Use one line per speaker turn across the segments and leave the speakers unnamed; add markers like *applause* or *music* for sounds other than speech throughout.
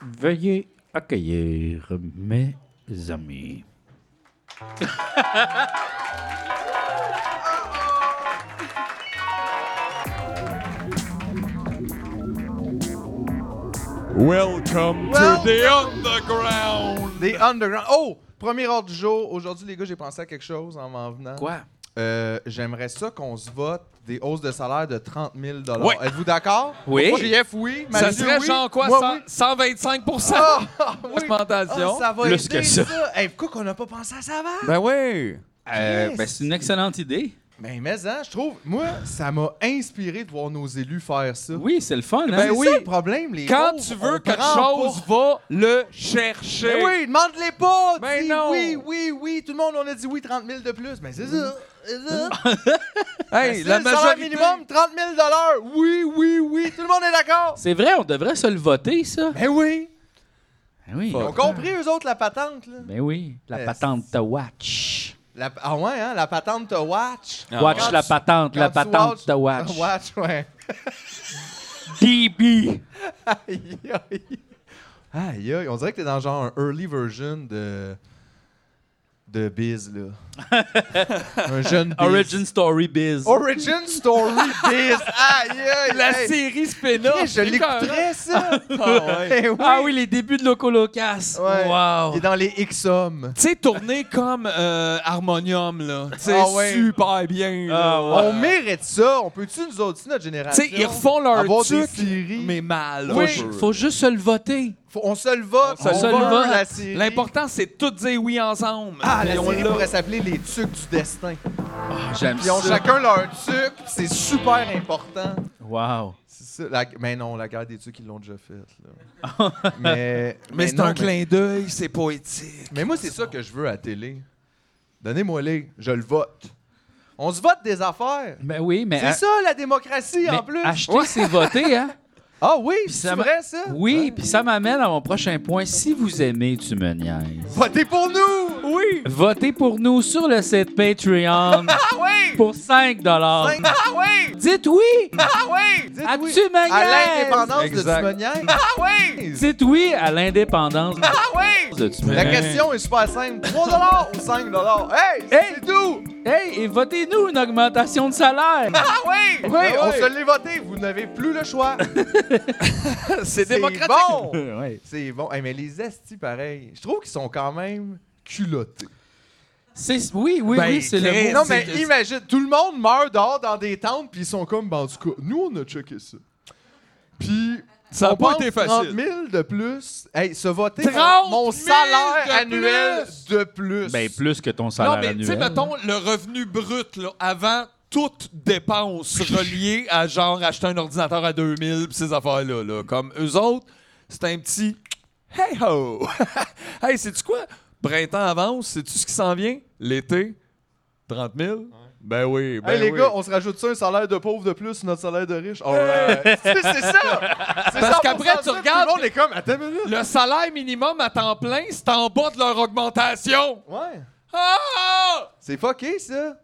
Veuillez accueillir mes amis.
Welcome to the underground.
Des underground. Oh! Premier ordre du jour. Aujourd'hui, les gars, j'ai pensé à quelque chose en m'en venant.
Quoi?
Euh, J'aimerais ça qu'on se vote des hausses de salaire de 30 000
Ouais.
Êtes-vous d'accord?
Oui.
JF, oui.
Ça
Ben,
Mathieu,
serait
oui.
genre quoi?
Moi,
100
oui. *laughs*
125
Ah, ah, oui.
Augmentation.
Ah, ça va
Plus
aider,
que ça.
Hey, pourquoi qu'on n'a pas pensé à ça avant?
Ben oui!
Euh, ben, c'est une excellente idée.
Ben, mais hein, je trouve, moi, ça m'a inspiré de voir nos élus faire ça.
Oui, c'est le fun. Hein?
Ben oui. C'est ça le problème, les
Quand
pauvres,
tu
on
veux quelque
prend
chose,
pas.
va le
Ben
chercher.
oui, demande-les pas!
Ben
dis
non.
Oui, oui, oui. Tout le monde, on a dit oui, 30 000 de plus. Ben, c'est ça. C'est ça.
Hey,
C'est
la
le salaire
majorité.
minimum, 30 000 Oui, oui, oui. Tout le monde est d'accord?
C'est vrai, on devrait se le voter, ça.
Ben oui.
Ben oui.
Ils ont compris, eux autres, la patente. Là.
Ben oui. La
Euh,
patente de Watch.
La- Ah ouais, hein? La patente te watch.
Ah,
watch
ouais.
la patente, la
Quand tu
patente de
Ah,
Watch.
*laughs* Watch, ouais.
DB.
Aïe, aïe. Aïe, aïe. On dirait que t'es dans genre un early version de... de Biz, là.
*laughs*
un jeune Biz.
Origin Story Biz.
Origin Story
*laughs*
Biz. Aïe, aïe.
La
aïe.
série Spéna.
Hey, Je l'écouterais, ça. Ah *laughs* ouais.
Ah oui, les débuts de Loco Locas.
Ouais.
Wow.
Il est dans les X-Hommes.
Tu sais, tourné comme euh, Harmonium, là. Tu sais,
Ah ouais.
super bien. là.
Ah ouais.
On mérite ça. On peut-tu, nous autres, notre
Tu
génération?
sais, ils refont leur
avoir des
truc,
séries.
mais mal.
Faut,
Oui.
ju- faut juste se le voter.
Faut- on se le vote.
On se
on
le
veut
vote.
la série.
L'important, c'est de tout dire oui ensemble.
Ah, la
Puis on
série
l'a.
pourrait s'appeler Les Tucs du Destin.
J'aime
Ils ont
ça.
chacun leur tuc, pis c'est super important.
Wow.
C'est ça, la- Mais non, la guerre des tucs, ils l'ont déjà faite.
*laughs*
là. mais
Mais c'est
non,
un clin d'œil, c'est poétique.
Mais moi, c'est ça que je veux à la télé. Donnez-moi les, je le vote. On se vote des affaires.
Ben oui, mais.
C'est
hein,
ça, la démocratie,
mais
en plus.
Acheter, c'est voter,
*laughs*
hein?
Ah oui,
ça
c'est
m'a-
vrai, ça?
Oui, puis ça m'amène à mon prochain point. Si vous aimez, tu me niaises.
Votez pour nous! Oui!
Votez pour nous sur le site
*laughs*
Patreon
Ah oui!
pour 5 dollars.
Cinq- Ah oui!
Dites oui
Ah oui! Dites
à
oui.
Tu me
À
niaises!
l'indépendance
Exact.
de Timonière. Ah oui!
Dites oui à l'indépendance
Ah oui!
de Tu me
La
niaises.
question est super simple. 3 ou 5 Hey,
Hey!
c'est tout!
Hey, et votez-nous une augmentation de salaire!
*laughs* Ah oui! Oui,
Ah
on
oui.
se l'est voté. Vous n'avez plus le choix.
C'est démocratique.
bon!
Ouais.
C'est bon. Hey, mais les estis, pareil, je trouve qu'ils sont quand même culottés.
C'est- Oui, oui,
Ben,
oui, c'est le
Chris.
mot.
Non,
c'est
mais
que-
imagine, tout le monde meurt dehors dans des tentes, puis ils sont comme, ben, du coup, nous, on a checké ça. Puis...
Ça a
on
pas
pense
été
30
facile.
000 de plus. Hey, se voter
30
mon
000
salaire
de
annuel
plus.
de plus.
Ben, plus que ton salaire
Non, mais tu sais,
annuel.
mettons, le revenu brut, là, avant toute *laughs* dépense reliée à genre acheter un ordinateur à 2000 pis ces affaires-là, là. comme eux autres, c'est un petit hey ho! *laughs* hey, sais-tu quoi? Printemps avance, sais-tu ce qui s'en vient? L'été? 30 000? Ben oui, ben
Hey, les
oui.
gars, on se rajoute ça un salaire de pauvre de plus, notre salaire de riche. Alright. *laughs* c'est c'est ça! C'est
Parce
100%
qu'après, tu
ça, puis
regardes-
Tout le monde est comme, attends une minute.
Le salaire minimum à temps plein, c'est en bas de leur augmentation.
Ouais.
Ah!
C'est fucké, ça.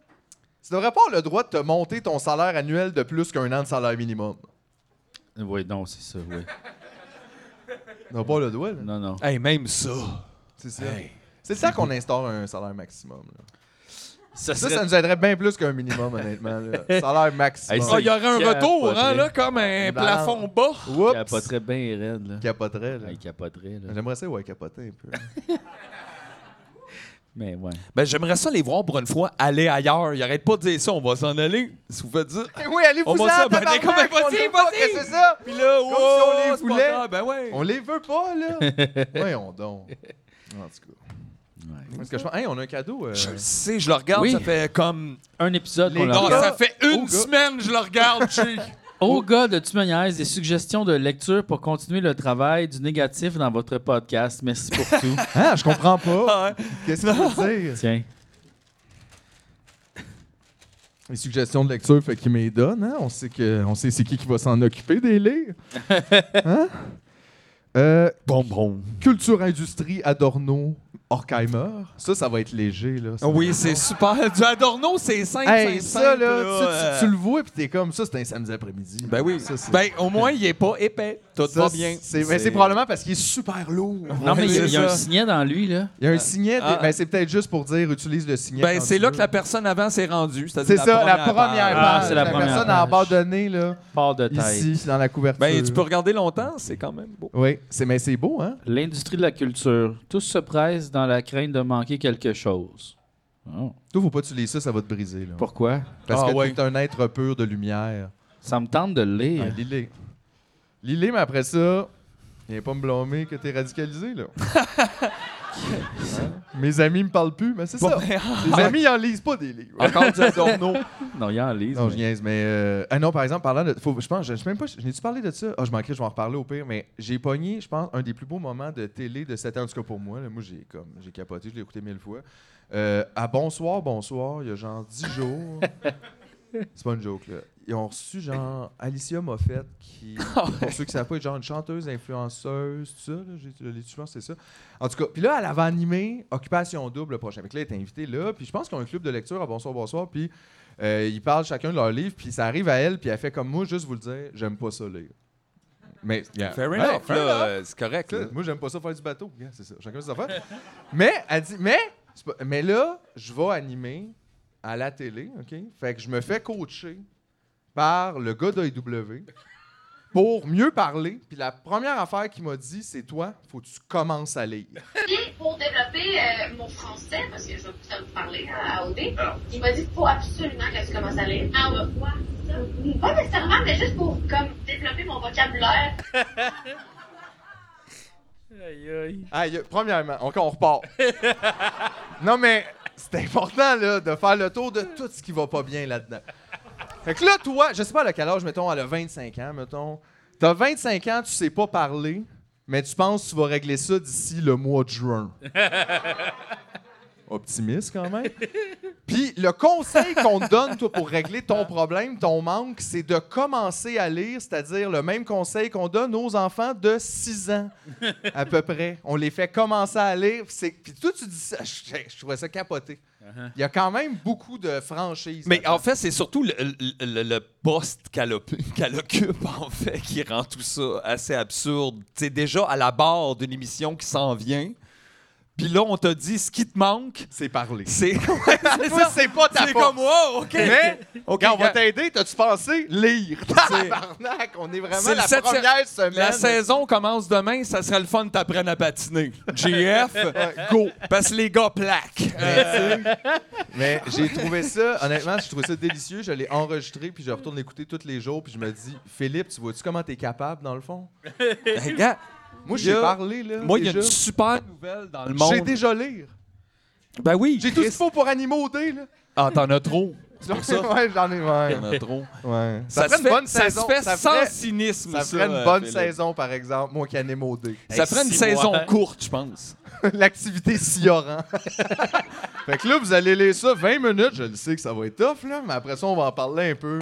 Tu devrais pas avoir le droit de te monter ton salaire annuel de plus qu'un an de salaire minimum.
Oui, non, c'est ça,
*laughs*
oui.
Tu n'as pas le droit, là.
Non, non.
Hey, même ça.
C'est ça. C'est ça qu'on instaure un salaire maximum. là. Ça,
serait-
ça nous aiderait bien plus qu'un minimum, honnêtement. là. Salaire
Hey,
maximum. Oh,
ça-
Ah, il y aurait un
Capoterait.
retour, hein, là, comme un
Une
plafond bas.
Oups.
Il capoterait bien raide, là.
Capoterait, là.
Il capoterait, là.
J'aimerais ça, ouais, capoter un peu.
Mais ouais.
Ben, j'aimerais ça les voir pour une fois aller ailleurs. Ils arrêtent pas de dire ça, on va s'en aller. Si vous faites ça.
oui, allez-vous-en,
On monte ça, ben,
tabarnak,
comme un
on
possible,
veut pas
possible.
que c'est ça.
Puis là,
Comme si on les
c'est pas
voulait.
grave, Ben ouais.
On les veut pas, là. Voyons donc. En tout cas. Parce que je pense- hey, on a un cadeau. euh,
Je le sais, je le regarde,
Oui.
ça fait comme.
Un épisode
Les
qu'on leur
Non,
gars-
regarde.
ça fait une
Oh, gars.
semaine, je
*laughs*
le regarde, Chi.
Au gars Oh, de Tumoniaise, des suggestions de lecture pour continuer le travail du négatif dans votre podcast. Merci
*laughs*
pour tout.
Ah, je comprends pas.
Ouais.
Qu'est-ce que tu veux dire?
Tiens.
Les suggestions de lecture, fait qu'il me les donne. Hein? On sait, que, on sait c'est qui qui va s'en occuper
*laughs*
des livres. Hein? Euh,
Bon, bon.
culture, industrie, Adorno, Horkheimer. Ça, ça va être léger. Là. Ça-
Oui, c'est super. Du Adorno, c'est simple,
Hey,
simple,
ça,
simple,
là,
là,
tu-
euh,
tu, tu le vois, puis t'es comme ça, c'est un samedi après-midi.
Ben oui.
Ça, c'est-
ben, au moins, il est pas épais. Tout
ça,
va bien.
c'est- ben, C'est probablement parce qu'il est super lourd.
Non, mais il y a-
c'est
il y a un
ça.
signet dans lui, là.
Il y a un signet,
Ah.
mais c'est peut-être juste pour dire utilise le signet.
Ben,
quand
c'est
tu
là
veux.
que la personne avant s'est rendue. c'est-à-dire
C'est ça, la
page.
première
Ah,
page.
c'est la première
personne a
page.
abandonné, là,
Part de tête.
ici, dans la couverture.
Ben, tu peux regarder longtemps, c'est quand même beau.
Oui, c'est- mais c'est beau, hein?
L'industrie de la culture. Tous se pressent dans la crainte de manquer quelque chose. Oh.
Toi, faut pas que tu lis ça, ça va te briser, là.
Pourquoi?
Parce
Ah,
que
ouais.
t'es un être pur de lumière.
Ça me tente de le lire.
Ah, Lis-les. Lis-les, mais après ça, viens pas me blâmer que t'es radicalisé,
*laughs*
là. Hein? Mes amis me parlent plus, mais c'est
Bon, *laughs*
ça.
ben,
Mes amis, ils en lisent pas des livres.
encore du Adorno.
Non, il y en lise.
Non,
mais-
je niaise, mais. euh, Ah non, par exemple, parlant de. faut- je pense, je je sais même pas. Je n'ai-tu parlé de ça? Ah, je manquerai, je vais en reparler au pire, mais j'ai pogné, je pense, un des plus beaux moments de télé de cette année, en tout cas pour moi. là. moi, j'ai comme. J'ai capoté, je l'ai écouté mille fois. Euh, à Bonsoir, Bonsoir, il y a genre 10 jours. C'est pas une joke, là. Ils ont reçu, genre, Alicia Moffett, qui, pour ceux qui savent pas, est genre une chanteuse, influenceuse, tout ça. Là, j'ai, les- je pense que c'est ça. En tout cas, puis là, elle avait animé Occupation Double le prochain. Fait que là, elle est invitée là. Puis je pense qu'ils ont un club de lecture à Bonsoir, Bonsoir. Puis euh, ils parlent chacun de leur livre. Puis ça arrive à elle. Puis elle fait comme moi, juste vous le dire, j'aime pas ça lire. Mais, yeah.
Fair
Ouais,
enough,
fair
là,
enough.
euh, c'est correct.
Ça,
là.
Moi, j'aime pas ça faire du bateau. Yeah, c'est ça. Chacun ses affaires. *laughs* mais, elle dit, mais, c'est pas- mais là, je vais animer à la télé, OK? Fait que je me fais coacher par le gars d'AEW pour mieux parler. Puis la première affaire qu'il m'a dit, c'est toi, faut que tu commences à lire.
Et pour développer euh, mon français, parce que je vais plus vous parler à, à OD, il m'a dit qu'il faut absolument que tu commences à lire en voix. ça. Pas nécessairement, mais juste pour comme, développer mon vocabulaire.
Aïe, premièrement, OK, on repart. non, mais c'est important, là, de faire le tour de tout ce qui va pas bien là-dedans. Fait que là, toi, je sais pas à quel âge, mettons, elle a 25 ans, mettons. T'as 25 ans, tu sais pas parler, mais tu penses que tu vas régler ça d'ici le mois de juin. Optimiste, quand même. Puis le conseil qu'on te donne, toi, pour régler ton problème, ton manque, c'est de commencer à lire, c'est-à-dire le même conseil qu'on donne aux enfants de 6 ans à peu près. On les fait commencer à lire. Puis c'est- Puis toi, tu dis ça. Je, je trouvais ça capoté. Il y a quand même beaucoup de franchises.
Mais en fait, c'est surtout le, le- le- le poste qu'elle op- *laughs* qu'elle occupe, en fait, qui rend tout ça assez absurde. C'est déjà à la barre d'une émission qui s'en vient. Puis là, on t'a dit, ce qui te manque,
c'est parler.
c'est... *laughs* Ouais,
*laughs*
c'est
Toi,
ça.
c'est pas ta
C'est
faute.
comme, wow, OK.
Mais,
*laughs* OK,
Quand on va
gars,
t'aider, t'as-tu pensé lire? Tabarnak, on est vraiment
C'est le
la
sept-
première
la
semaine.
saison commence demain, ça serait le fun que t'apprennes
*laughs*
à patiner. GF, go. Parce que les gars plaquent. Euh,
Mais j'ai trouvé ça, honnêtement, j'ai trouvé ça délicieux. Je l'ai enregistré, puis je retourne l'écouter tous les jours, puis je me dis, Philippe, tu vois-tu comment t'es capable, dans le fond?
hey, gars,
Moi,
Il
j'ai
y a-
parlé, là.
moi, il y a
déjà.
une super nouvelle dans le
J'ai
monde.
déjà lire.
Ben oui.
J'ai tout ce qu'il faut pour animaux D, là.
Ah, t'en as trop. C'est pour ça.
*laughs* ouais, j'en ai, ouais.
T'en as trop.
Ouais.
Ça,
ferait
se fait, ça se fait
ça
sans
ferait-
cynisme. euh,
ça ferait une bonne
Philippe.
saison, par exemple, moi qui anime au dé.
Ça
Hey,
ferait une
six
saison
mois.
courte, je pense.
*laughs* L'activité Sioran. *laughs* fait que là, vous allez lire ça 20 minutes. Je le sais que ça va être tough, là, mais après ça, on va en parler un peu.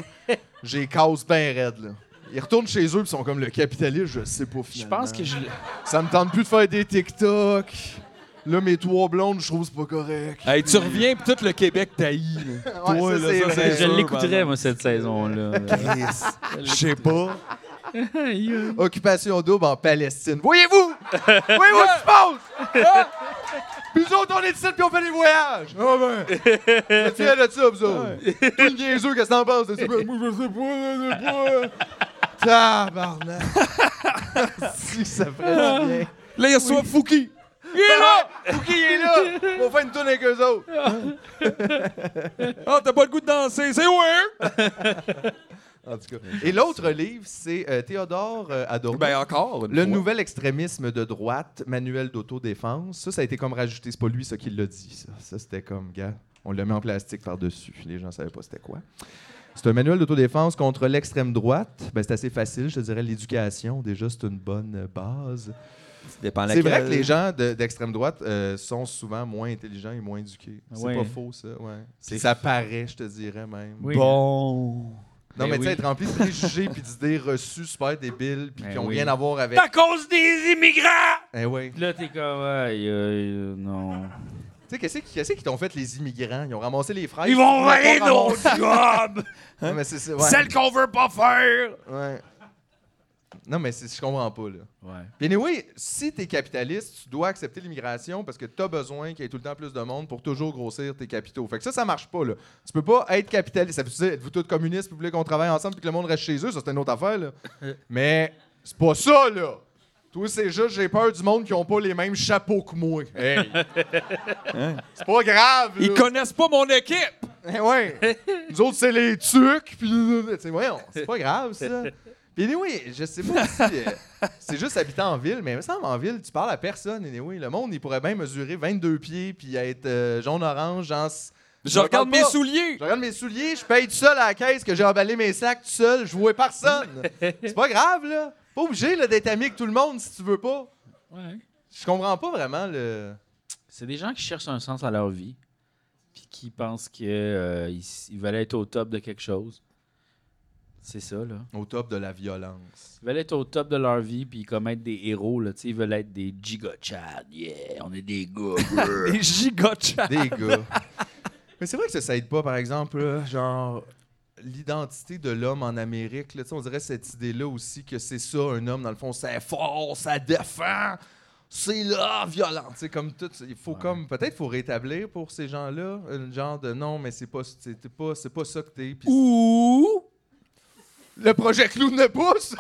J'ai cause bien raide, là. Ils retournent chez eux, puis sont comme le capitaliste, je sais pas
Je
finalement.
pense que je.
Ça me tente plus de faire des TikTok. Là, mes trois blondes, je trouve que c'est pas correct.
Hey, tu reviens, pis tout le Québec taillit.
Ouais, ça, c'est vrai.
Je l'écouterais, moi, cette
*laughs*
saison-là.
Je sais pas.
Occupation double en Palestine. Voyez-vous? Voyez-vous ce qui se passe? Hein? Puis nous autres, on est ici, puis on fait des voyages. Ah ben! Ça tient de ça, vous autres. Tout le niaiseux, qu'est-ce que t'en penses? de ça?
*laughs*
Ben, Moi, je sais pas, je sais pas. hein. Tabarnak! *laughs* si, ça ferait du bien.
Là, il y a soit Fouki.
Il est là! Fouki, il est là! On fait une tournée avec eux autres.
Ah, t'as pas le goût de danser, c'est weird.
En tout cas. Et l'autre livre, c'est euh, Théodore euh, Adorno.
Ben, encore.
Le nouvel extrémisme de droite, manuel d'autodéfense, ça, ça a été comme rajouté. C'est pas lui, ça, qui l'a dit. Ça, Ça, c'était comme, gars, on l'a mis en plastique par-dessus. Les gens savaient pas c'était quoi. C'est un manuel d'autodéfense contre l'extrême droite. Ben, c'est assez facile, je te dirais. L'éducation, déjà, c'est une bonne euh, base. C'est vrai que les gens de- d'extrême droite euh, sont souvent moins intelligents et moins éduqués. C'est
Ouais.
pas faux, ça. Ouais.
C'est-
Ça paraît, je te dirais même.
Oui.
Bon.
Non,
Ben
mais tu sais,
oui.
être rempli de préjugés puis d'idées reçues super débiles puis
Ben
qui n'ont
oui.
rien à voir avec.
à cause des immigrants!
Eh ouais.
Là, t'es comme, aïe, aïe, euh, non.
Tu sais, qu'est-ce qui- qu'est-ce qu'ils t'ont fait les immigrants? Ils ont ramassé les fraises.
Ah, Ils vont
pas
voler nos
*laughs*
ramassé-
*laughs* jobs!
Non, mais c'est- c'est- ouais.
Celle qu'on veut pas faire!
Ouais. Non, mais c'est- je comprends pas, là.
Ouais.
Puis anyway, si t'es capitaliste, tu dois accepter l'immigration parce que t'as besoin qu'il y ait tout le temps plus de monde pour toujours grossir tes capitaux. Fait que ça, ça marche pas, là. Tu peux pas être capitaliste. Ça veut dire, êtes-vous tous communistes, vous voulez qu'on travaille ensemble puis que le monde reste chez eux, ça, c'est une autre affaire, là. mais c'est pas ça, là. Toi, c'est juste, j'ai peur du monde qui ont pas les mêmes chapeaux que moi. Hey. *laughs* c'est pas grave, là.
Ils connaissent pas mon équipe!
Eh ouais. Nous autres, c'est les tucs. Puis, tu sais, voyons, c'est pas grave, ça. Puis, anyway, je sais pas si. euh, c'est juste habiter en ville, mais il me semble, en ville, tu parles à personne. Anyway, le monde, il pourrait bien mesurer 22 pieds, puis être euh, jaune-orange, genre. s-
Je regarde mes
pas.
souliers!
Je regarde mes souliers, je paye tout seul à la caisse que j'ai emballé mes sacs tout seul, je vois personne. C'est pas grave, là. Pas obligé là, d'être ami avec tout le monde si tu veux pas.
Ouais.
Je comprends pas vraiment le.
C'est des gens qui cherchent un sens à leur vie, puis qui pensent qu'ils ils veulent être au top de quelque chose. C'est ça, là.
Au top de la violence.
Ils veulent être au top de leur vie, puis comme être des héros, là. Tu sais, ils veulent être des giga-chad. Yeah, on est des
*laughs*
gars. brr.
Des gigochats!
Des gars. Mais c'est vrai que ça, ça aide pas, par exemple, là, genre l'identité de l'homme en Amérique. Là, Tu sais, on dirait cette idée-là aussi que c'est ça, un homme, dans le fond, c'est fort, ça défend, c'est là, violent. Tu sais, comme tout, il faut
Ouais.
comme, peut-être faut rétablir pour ces gens-là, un genre de non, mais c'est pas, c'est t'es pas, c'est pas ça que t'es. Puis
Ouh!
le projet Clown ne pousse!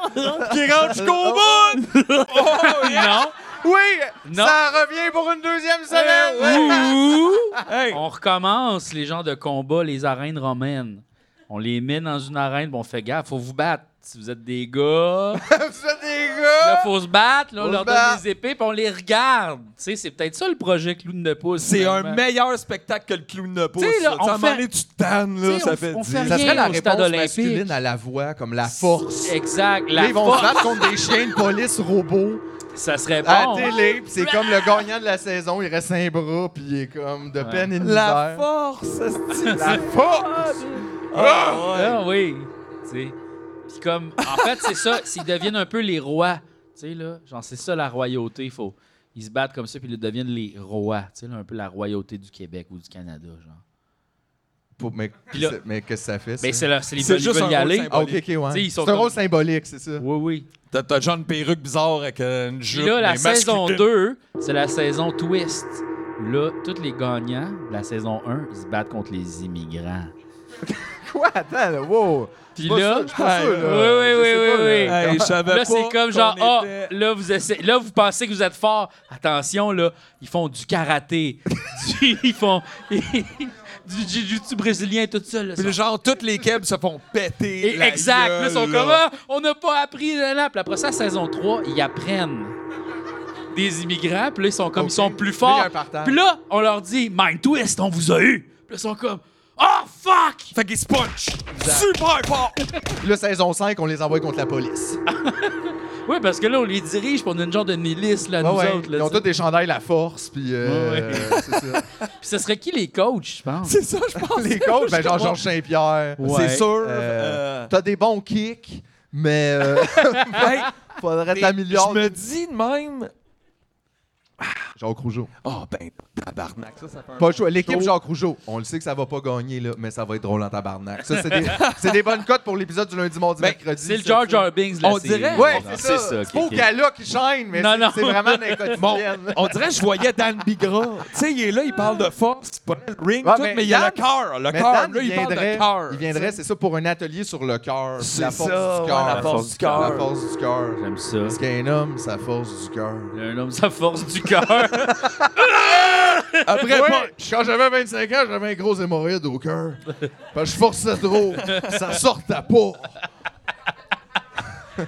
Qui rentre *laughs* jusqu'au bout! Oh, yeah!
Oui! Eh
Non.
Ça revient pour une deuxième semaine! *laughs*
Ouh! Hey!
on recommence les genres de combat, les arènes romaines. On les met dans une arène, puis on fait gaffe, faut vous battre. Si vous êtes des gars,
Vous êtes des gars!
là, faut se battre, là, on
Faut
leur
se
donne
battre.
des épées, puis on les regarde. Tu sais, c'est peut-être ça le projet Clown de Pouce.
C'est un
finalement.
meilleur spectacle que le clown ne pousse.
Tu sais, là,
là.
on
Tu sais, à un moment
fait-
donné, tu te tannes,
Tu
là,
sais,
ça
on-
fait
on
dix.
fait
Ça serait la
au stade
réponse
olympique.
masculine à la voix, comme la force.
Exact. La
Là, ils vont
force,
se battre contre des chiens de police robots
ça serait
à
bon.
télé, puis c'est comme le gagnant de la saison, il reste un bras, puis il est comme de
Ouais.
peine et de
La
misère.
force, esti,
La force!
Ah oui, tu sais. Puis comme, en fait, c'est ça, ils deviennent un peu les rois, tu sais, là. Genre, c'est ça la royauté, faut... Ils se battent comme ça, puis ils deviennent les rois, tu sais, là, un peu la royauté du Québec ou du Canada, genre.
Pour- mais,
Puis là-
c'est- mais qu'est-ce que ça fait, ça?
Ben, c'est là, c'est les
C'est
ils
juste
veulent y
un rôle
aller.
symbolique.
Ah, ok, ok,
T'sais,
ouais.
ils
C'est
sont
un
comme-
rôle symbolique, c'est ça.
Oui, oui.
T'as t'as genre une perruque bizarre avec euh, une
Puis
jupe.
là, la
mais
saison
masculine.
2, c'est la saison twist. Où là, tous les gagnants de la saison 1, ils se battent contre les immigrants.
Quoi? Attends, là, wow!
Puis
Pas
là,
sûr, je suis pas sûr,
Hey,
là.
oui,
Je
oui,
sais
oui,
pas,
oui,
là.
Hey, je savais
Là,
pas
c'est comme
qu'on
genre, ah,
était-
là, vous essayez- là, vous pensez que vous êtes fort. Attention, là, ils font du
*laughs*
karaté, du, ils font *laughs* du jiu-jitsu brésilien tout seul. là,
Puis
ça.
le genre, toutes les kebs se font péter.
Et
la
exact, là, ils sont
gueule,
comme,
là.
ah, on n'a pas appris, là, là. Puis après ça, saison 3, ils apprennent des immigrants, puis là, ils sont comme,
Ok.
ils sont plus
Là, il y a
forts.
un partage.
Puis là, on leur dit, Mind Twist, on vous a eu. Puis là, ils sont comme, oh, fuck!
Fait qu'ils se punchent super fort.
*laughs* Puis là, saison 5, on les envoie contre la police.
Oui, parce que là, on les dirige, puis on a une genre de milice, là,
Ouais,
nous
Ah ouais.
autres. Là,
Ils ont
tu sais.
tous des chandails la force, puis euh,
Ouais, ouais.
euh, c'est ça.
Puis ce serait qui les coachs, je pense?
C'est ça, je pense.
Les coachs, ben genre Georges Saint-Pierre.
Ouais.
C'est sûr.
Euh,
euh,
T'as des bons kicks, mais euh,
hey,
faudrait
Je
t'améliorer.
me dis de même.
*laughs* Jacques Rougeau.
Oh, ben, tabarnak, ça, ça fait un
Pas le choix. L'équipe
show.
Jacques Rougeau, on le sait que ça va pas gagner, là, mais ça va être drôle en tabarnak. Ça, c'est des, *laughs* c'est des bonnes cotes pour l'épisode du lundi, mardi,
Ben,
mercredi.
C'est le George Arbings, là.
On dirait.
Ouais,
Bon,
c'est ça.
ça.
C'est
ok,
pas au
ok.
gala qui chaîne, mais
Non,
c'est-
non.
c'est vraiment dans les quotidiennes.
On dirait que je voyais Dan Bigra. tu sais, il est là, il parle de force, il parle de ring,
Ouais,
tout,
mais
mais, il y a
Dan-
le cœur. Le
Mais
cœur,
Dan,
là,
il
il parle de
viendrait,
cœur.
il viendrait, c'est ça, pour un atelier sur le cœur.
C'est
La force
ça,
du cœur.
ouais, la force du cœur.
La force du cœur.
J'aime ça.
Parce qu'un homme, ça force du cœur.
Un homme, ça force du cœur.
Après,
Ouais.
pas- quand j'avais 25 ans, j'avais un gros hémorroïde au cœur. Parce que je forçais trop.
*laughs*
Ça sortait pas.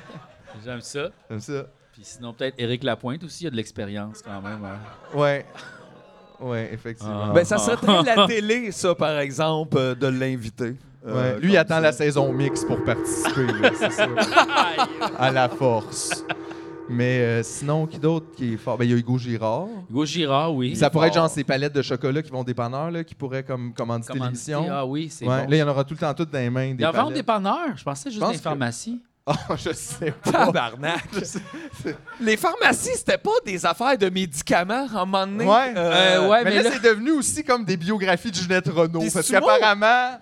*laughs* J'aime ça.
Comme ça.
Puis sinon, peut-être Éric Lapointe aussi, il a de l'expérience quand même. hein.
Ouais. Ouais, effectivement.
Ah.
Ben, ça serait très la télé, ça, par exemple, euh, de l'inviter. Euh,
Ouais. Lui, il
comme
attend *laughs*
ça.
la saison mix pour participer, là, c'est ça. À la force. Mais euh, sinon, qui d'autre qui est fort? Ben, il y a Hugo Girard.
Hugo Girard, oui.
Ça pourrait être
fort.
genre ces palettes de chocolat qui vont au dépanneur, là, qui pourraient comme commanditer
Commandité,
l'émission.
Ah oui, c'est
Ouais,
bon.
Là, il y en aura tout le temps toutes dans les mains.
Il
Des
y en vend au
palettes.
dépanneur. Je pensais juste
Je
dans
pense
les
que-
pharmacies.
Ah, *laughs* je sais pas.
Tabarnak! Les pharmacies, c'était pas des affaires de médicaments, à un moment donné?
Ouais.
Euh, ouais,
mais,
mais
là,
là-
c'est devenu aussi comme des biographies de Ginette Renault.
Puis
Parce
c'est-tu moi
qu'apparemment,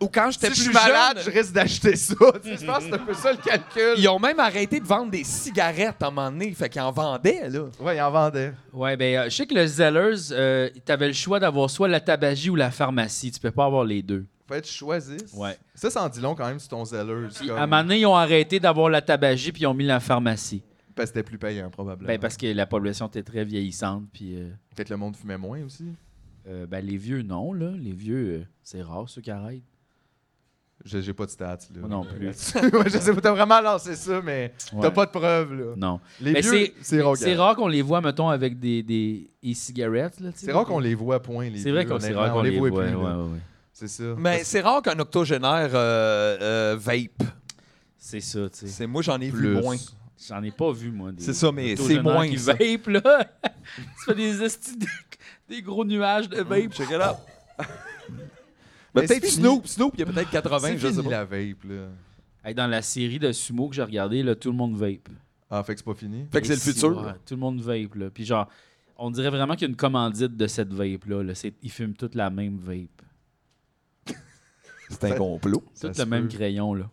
Ou quand
si
j'étais
je
plus
suis malade, je
jeune,
risque d'acheter ça. *laughs* Tu sais, Je pense que c'est un peu ça le calcul.
ils ont même arrêté de vendre des cigarettes, à un moment donné. Fait qu'ils en vendaient, là.
Ouais, ils en vendaient.
Ouais, ben, euh, je sais que le Zellers, euh, t'avais le choix d'avoir soit la tabagie ou la pharmacie. Tu peux pas avoir les deux.
Faut être choisisse.
Ouais.
Ça, ça en dit long quand même sur ton zelleuse.
Puis,
comme-
à un moment donné, ils ont arrêté d'avoir la tabagie puis ils ont mis la pharmacie.
Parce que c'était plus payant, probablement.
Ben, parce que la population était très vieillissante. Puis, euh,
Peut-être le monde fumait moins aussi.
euh, ben, les vieux, non, là. Les vieux, euh, c'est rare ceux qui arrêtent.
Je- J'ai pas de stats, là.
Moi non plus.
là-dessus. *laughs* Ouais, je sais pas, t'as vraiment lancé ça, mais t'as
Ouais.
pas de Oh, preuves, là.
Non.
Les
Mais
vieux,
c'est-
c'est rare.
C'est rare qu'on les voit, mettons, avec des, des e-cigarettes. là, tu sais.
C'est rare qu'on les voit, point. les
C'est vrai
vieux,
qu'on c'est
honnêtement.
rare
On
qu'on les voit.
plus,
ouais,
là.
ouais, ouais.
C'est ça.
Mais c'est rare qu'un octogénaire euh, euh, vape.
C'est ça, tu sais.
C'est moi, j'en ai vu
Plus.
moins.
J'en ai pas vu, moi. des-
C'est ça, mais
des
c'est moins
qui
que ça.
vape, là. *laughs* tu fais des, esti- des, des gros nuages de vape.
Mm.
Check it out.
Mais
Mmh. Mais
c'est
peut-être
fini.
Snoop. Snoop, il y a peut-être 80,
C'est
je sais
fini
pas.
la vape, là.
Hey, dans la série de sumo que j'ai regardée, là, tout le monde vape.
Ah, fait que c'est pas fini.
Fait que c'est le
Et si,
futur.
ouais, tout le monde vape, là. Puis genre, on dirait vraiment qu'il y a une commandite de cette vape-là. là. C'est- Ils fument toute la même vape.
C'est un complot.
Ça
Tout
se
le même
peut.
crayon, là.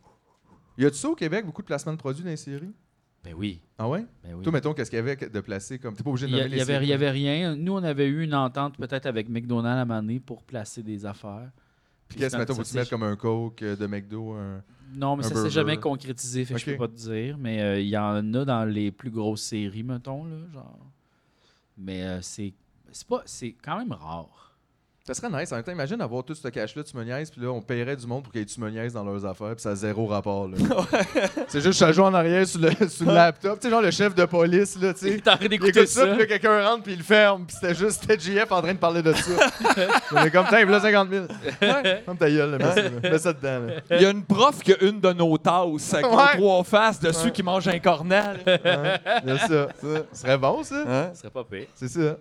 Y a-tu ça au Québec, beaucoup de placements de produits dans les séries?
Ben oui,
Ah ouais?
ben oui.
Toi, mettons, qu'est-ce qu'il y avait de placé comme. T'es pas obligé de
Il y,
nommer
a- il y
les
avait, il
séries.
y avait rien. Nous, on avait eu une entente peut-être avec McDonald's à un moment donné pour placer des affaires.
Puis qu'est-ce,
ça-
mettons,
ça
faut-tu
s'est-
mettre comme un Coke euh, de McDo? un-
Non, mais
un
ça
burger?
s'est jamais concrétisé, fait que je
Ok.
peux pas te dire. Mais euh, il y en a dans les plus grosses séries, mettons, là, genre. Mais euh, c'est c'est pas c'est quand même rare.
Ça serait nice. En même temps, imagine avoir tout ce cash-là, tu me niaises, puis là, on paierait du monde pour qu'il y ait du me niaises dans leurs affaires, puis ça a zéro rapport, *laughs* là. c'est juste, ça joue en arrière sur le, sur le laptop. Tu sais, genre le chef de police, là, tu sais.
*laughs* T'as envie
Il
d'écouter
*laughs* écoute ça,
ça.
puis là, quelqu'un rentre, puis il le ferme. Puis c'était juste, c'était JF en train de parler de ça. *laughs* on est comme, tiens, il là 50 000. Ouais, ferme ta gueule, là, mets, ça, là. Mets ça dedans. là.
Il y a une prof qui a une de nos tasses avec nos
Euh, Ouais.
trois faces de ceux
Ouais.
qui mangent un cornet. là.
Il y a ça. ça. Ce serait bon, ça.
Hein?
Ce serait pas pire.
C'est ça.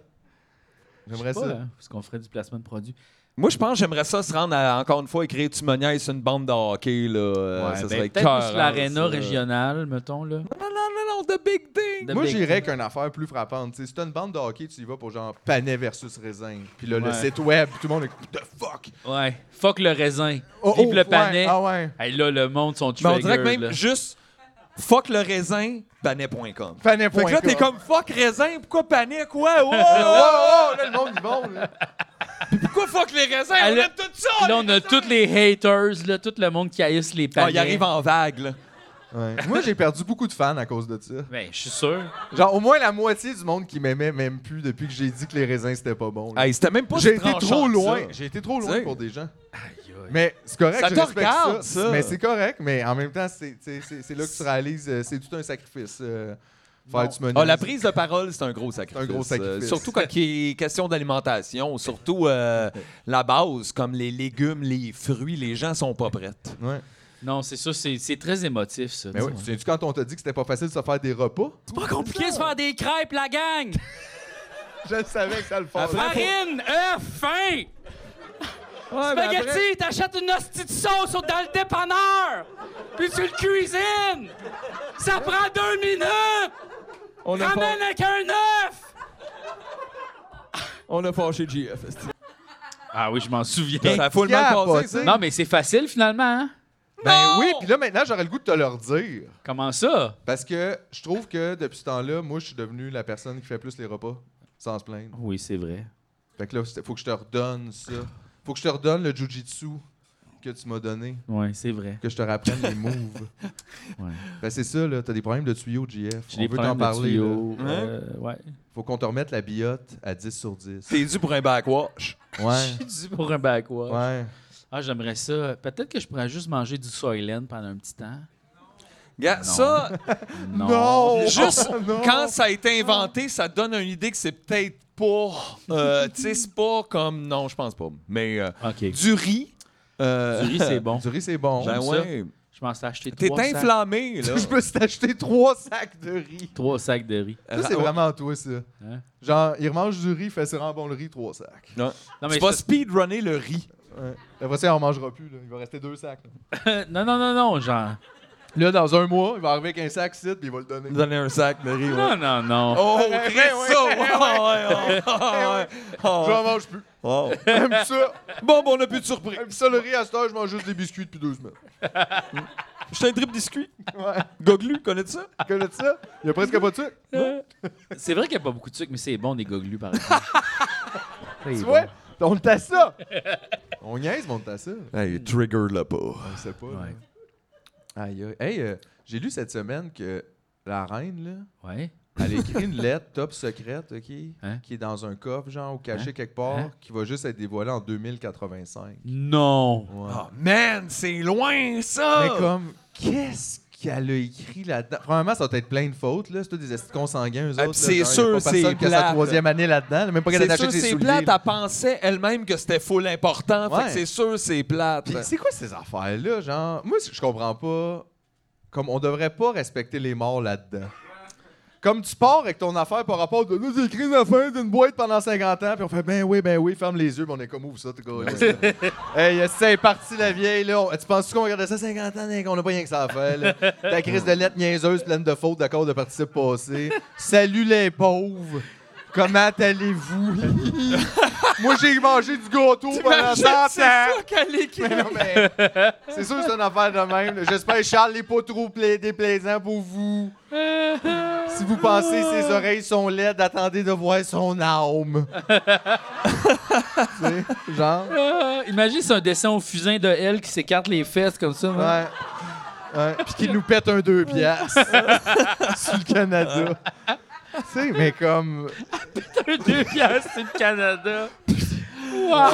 J'aimerais ça.
parce qu'on ferait du placement de produits.
*laughs* Moi, je pense que j'aimerais ça se rendre, à, encore une fois, écrire Tu me niaises sur une bande de hockey. Là. Euh,
Ouais,
ça
ben,
serait
peut-être plus
écœurant,
l'aréna
ça.
régionale, mettons, là.
Non, non, non, non, The Big Ding.
De
Moi,
Big-
j'irais qu'une affaire plus frappante. tu sais, si t'as une bande de hockey, tu y vas pour genre Panay versus Raisin. Puis là, le
Ouais.
site web, tout le monde est comme, What the fuck?
Ouais. Fuck le raisin.
Oh,
Vive
oh,
le
ouais,
panais.
Ah ouais.
Hey, là, le monde sont
Mais Ben, on
triggered,
dirait que même
là.
juste fuck le raisin, panet.com.
Panay.com.
Fait que là, t'es comme fuck raisin, pourquoi panet, *laughs* quoi? Wow,
Oh,
wow, wow.
oh, oh, là, le monde, il bon. Là.
pourquoi fuck les raisins?
Elle-
On aime tout ça!
Là, on a tous les haters, là, tout le monde qui haïssent les
Ah,
panais.
il arrive en vague, là.
*laughs* Ouais. Moi, j'ai perdu beaucoup de fans à cause de ça.
Ben, je suis sûr.
Genre, au moins la moitié du monde qui m'aimait même plus depuis que j'ai dit que les raisins c'était pas bon. là.
Hey, c'était même pas si
J'ai été
tranchant
trop
que
loin.
ça.
J'ai été trop loin
T'sais.
pour des gens. Mais c'est correct,
Ça
je
te
respecte
regarde,
ça.
ça.
Mais c'est correct, mais en même temps, c'est c'est- c'est- c'est là que tu réalises, euh, c'est tout un sacrifice. euh, faire du menu.
Ah, la prise de parole, c'est un gros sacrifice.
un gros sacrifice.
Euh, surtout quand il est question d'alimentation, surtout euh, la base, comme les légumes, les fruits, les gens sont pas prêts.
Ouais.
Non, c'est ça, c'est c'est très émotif, ça.
Mais
tu
ouais, tu te
vois.
souviens-tu quand on t'a dit que c'était pas facile de se faire des repas?
C'est pas compliqué,
Qu'est-ce faire des crêpes, la gang?
Je savais que ça le faisait.
Après-
Farine, œufs, faim!
Ben,
Spaghetti, t'achètes une hostie de sauce au- dans le dépanneur! Puis tu le cuisines! Ça prend deux minutes!
On a, fa-
Ramène avec un œuf!
on a fâché GF.
Ah oui, je m'en souviens.
Ça a full mal
Capoté.
passé, ça.
Non, mais c'est facile, finalement, hein?
Ben
Non!
oui, puis là maintenant j'aurais le goût de te leur dire.
Comment ça?
Parce que je trouve que depuis ce temps-là, moi je suis devenu la personne qui fait plus les repas, sans se plaindre.
Oui, c'est vrai.
Fait que là, c'était- faut que je te redonne ça. Faut que je te redonne le jujitsu que tu m'as donné.
Oui, c'est vrai.
Que je te rapprenne les moves.
*laughs* Ouais.
Ben c'est ça, là. T'as des problèmes de tuyaux, JF.
J'ai
On
des
veut
problèmes
t'en
de
parler. là.
tuyaux.
là.
euh, ouais.
Faut qu'on te remette la biote à 10 sur 10.
T'es dû pour un backwash.
*laughs*
Ouais.
Je suis dû pour un backwash.
ouais.
Ah, j'aimerais ça. Peut-être que je pourrais juste manger du Soylent pendant un petit temps.
Gars,
Non.
ça,
Non.
juste
Non.
quand ça a été inventé, ça donne une idée que c'est peut-être pas. euh, tu sais, c'est pas comme. Non, je pense pas. Mais euh,
OK. Du
du riz. euh,
riz, c'est bon.
Du riz, c'est bon.
ben
j'aime
ouais.
Je Je m'en suis acheté
T'es
trois sacs,
inflammé, là.
*laughs* Je me suis acheté trois sacs de riz.
trois sacs de riz.
Ça, c'est
Ra-
vraiment toi, ça.
Euh, ah Hein?
Genre, il remange du riz, fait se rend bon le riz, trois sacs.
Non.
Non,
tu
mais
vas
c'est-
speedrunner le riz.
Ouais. Après ça, il en mangera plus. Là. Il va rester deux sacs. Là.
non, non, non, non, genre.
Là, dans un mois, il va arriver avec un sac site puis il va le donner.
Donner un sac de riz, ouais.
Non, non, non.
Oh,
Ouais, ouais,
Chris,
ouais,
ça!
ouais,
ouais, ouais, ouais, ouais,
J'en
ouais.
mange plus.
Oh.
Aime ça.
Bon, bon, on a plus de surprise.
Aime ça le riz à cette heure, je mange juste des biscuits depuis deux semaines.
Je suis un trip biscuit.
Ouais.
Goglu, connais-tu ça?
Connais ça? Il y a presque pas de sucre.
Euh, c'est vrai qu'il n'y a pas beaucoup de sucre, mais c'est bon des goglus, par exemple. C'est
Tu
bon.
vois? On le tasse ça. On niaise, mais on le tasse ça.
Hey, trigger là pas.
On le sait pas. là.
Ouais.
Aïe, aïe. Hey, euh, j'ai lu cette semaine que la reine, là,
Ouais.
Elle écrit une lettre top secrète, OK?
Hein?
Qui est dans un coffre, genre, ou cachée quelque part,
Hein?
qui va juste être dévoilée en 2085.
Non.
Ouais.
Oh man, c'est loin ça!
Mais comme, qu'est-ce qu'elle a écrit là-dedans? Premièrement, ça doit être plein de fautes, là. C'est tous des estis consanguins, eux
Ah,
autres.
puis
là,
c'est
genre, y a
sûr,
pas personne
c'est
qui a sa
plate.
troisième année là-dedans. là, Même pas qu'elle
c'est
est
sûr,
ses
c'est
souliers.
plate.
là.
Elle pensait elle-même que c'était full important. Fait
Ouais.
que c'est sûr, c'est plate.
Puis c'est quoi ces affaires-là, genre? Moi, je comprends pas. Comme, on devrait pas respecter les morts là-dedans. Comme tu pars avec ton affaire par rapport de nous écrit une affaire d'une boîte pendant 50 ans, puis on fait ben oui, ben oui, ferme les yeux, puis on est comme ouvre ça, t'es
*laughs*
gars. hey, c'est parti la vieille, là. On- Tu penses-tu qu'on regardait ça 50 ans, hein, qu'on n'a pas rien que ça à faire, là? Ta crise de lettres niaiseuse, pleine de fautes, d'accord, de participes passés. Salut les pauvres! Comment allez-vous? *laughs* Moi, j'ai mangé du gâteau pendant 100
T'imagines, c'est
ans!
ça qu'elle écrit.
Mais *laughs* non, mais c'est sûr que c'est une affaire de même. là. J'espère Charles n'est pas trop pla- déplaisant pour vous. Si vous pensez ses oreilles sont laides, attendez de voir son
*laughs*
âme. tu sais, genre.
Euh, *laughs* imagine, c'est un dessin au fusain de elle qui s'écarte les fesses comme ça. là.
Ouais. Ouais. Puis qu'il nous pète un deux piastres
*laughs*
sur le Canada. tu sais, mais comme.
Un deux piastres du Canada. Wow!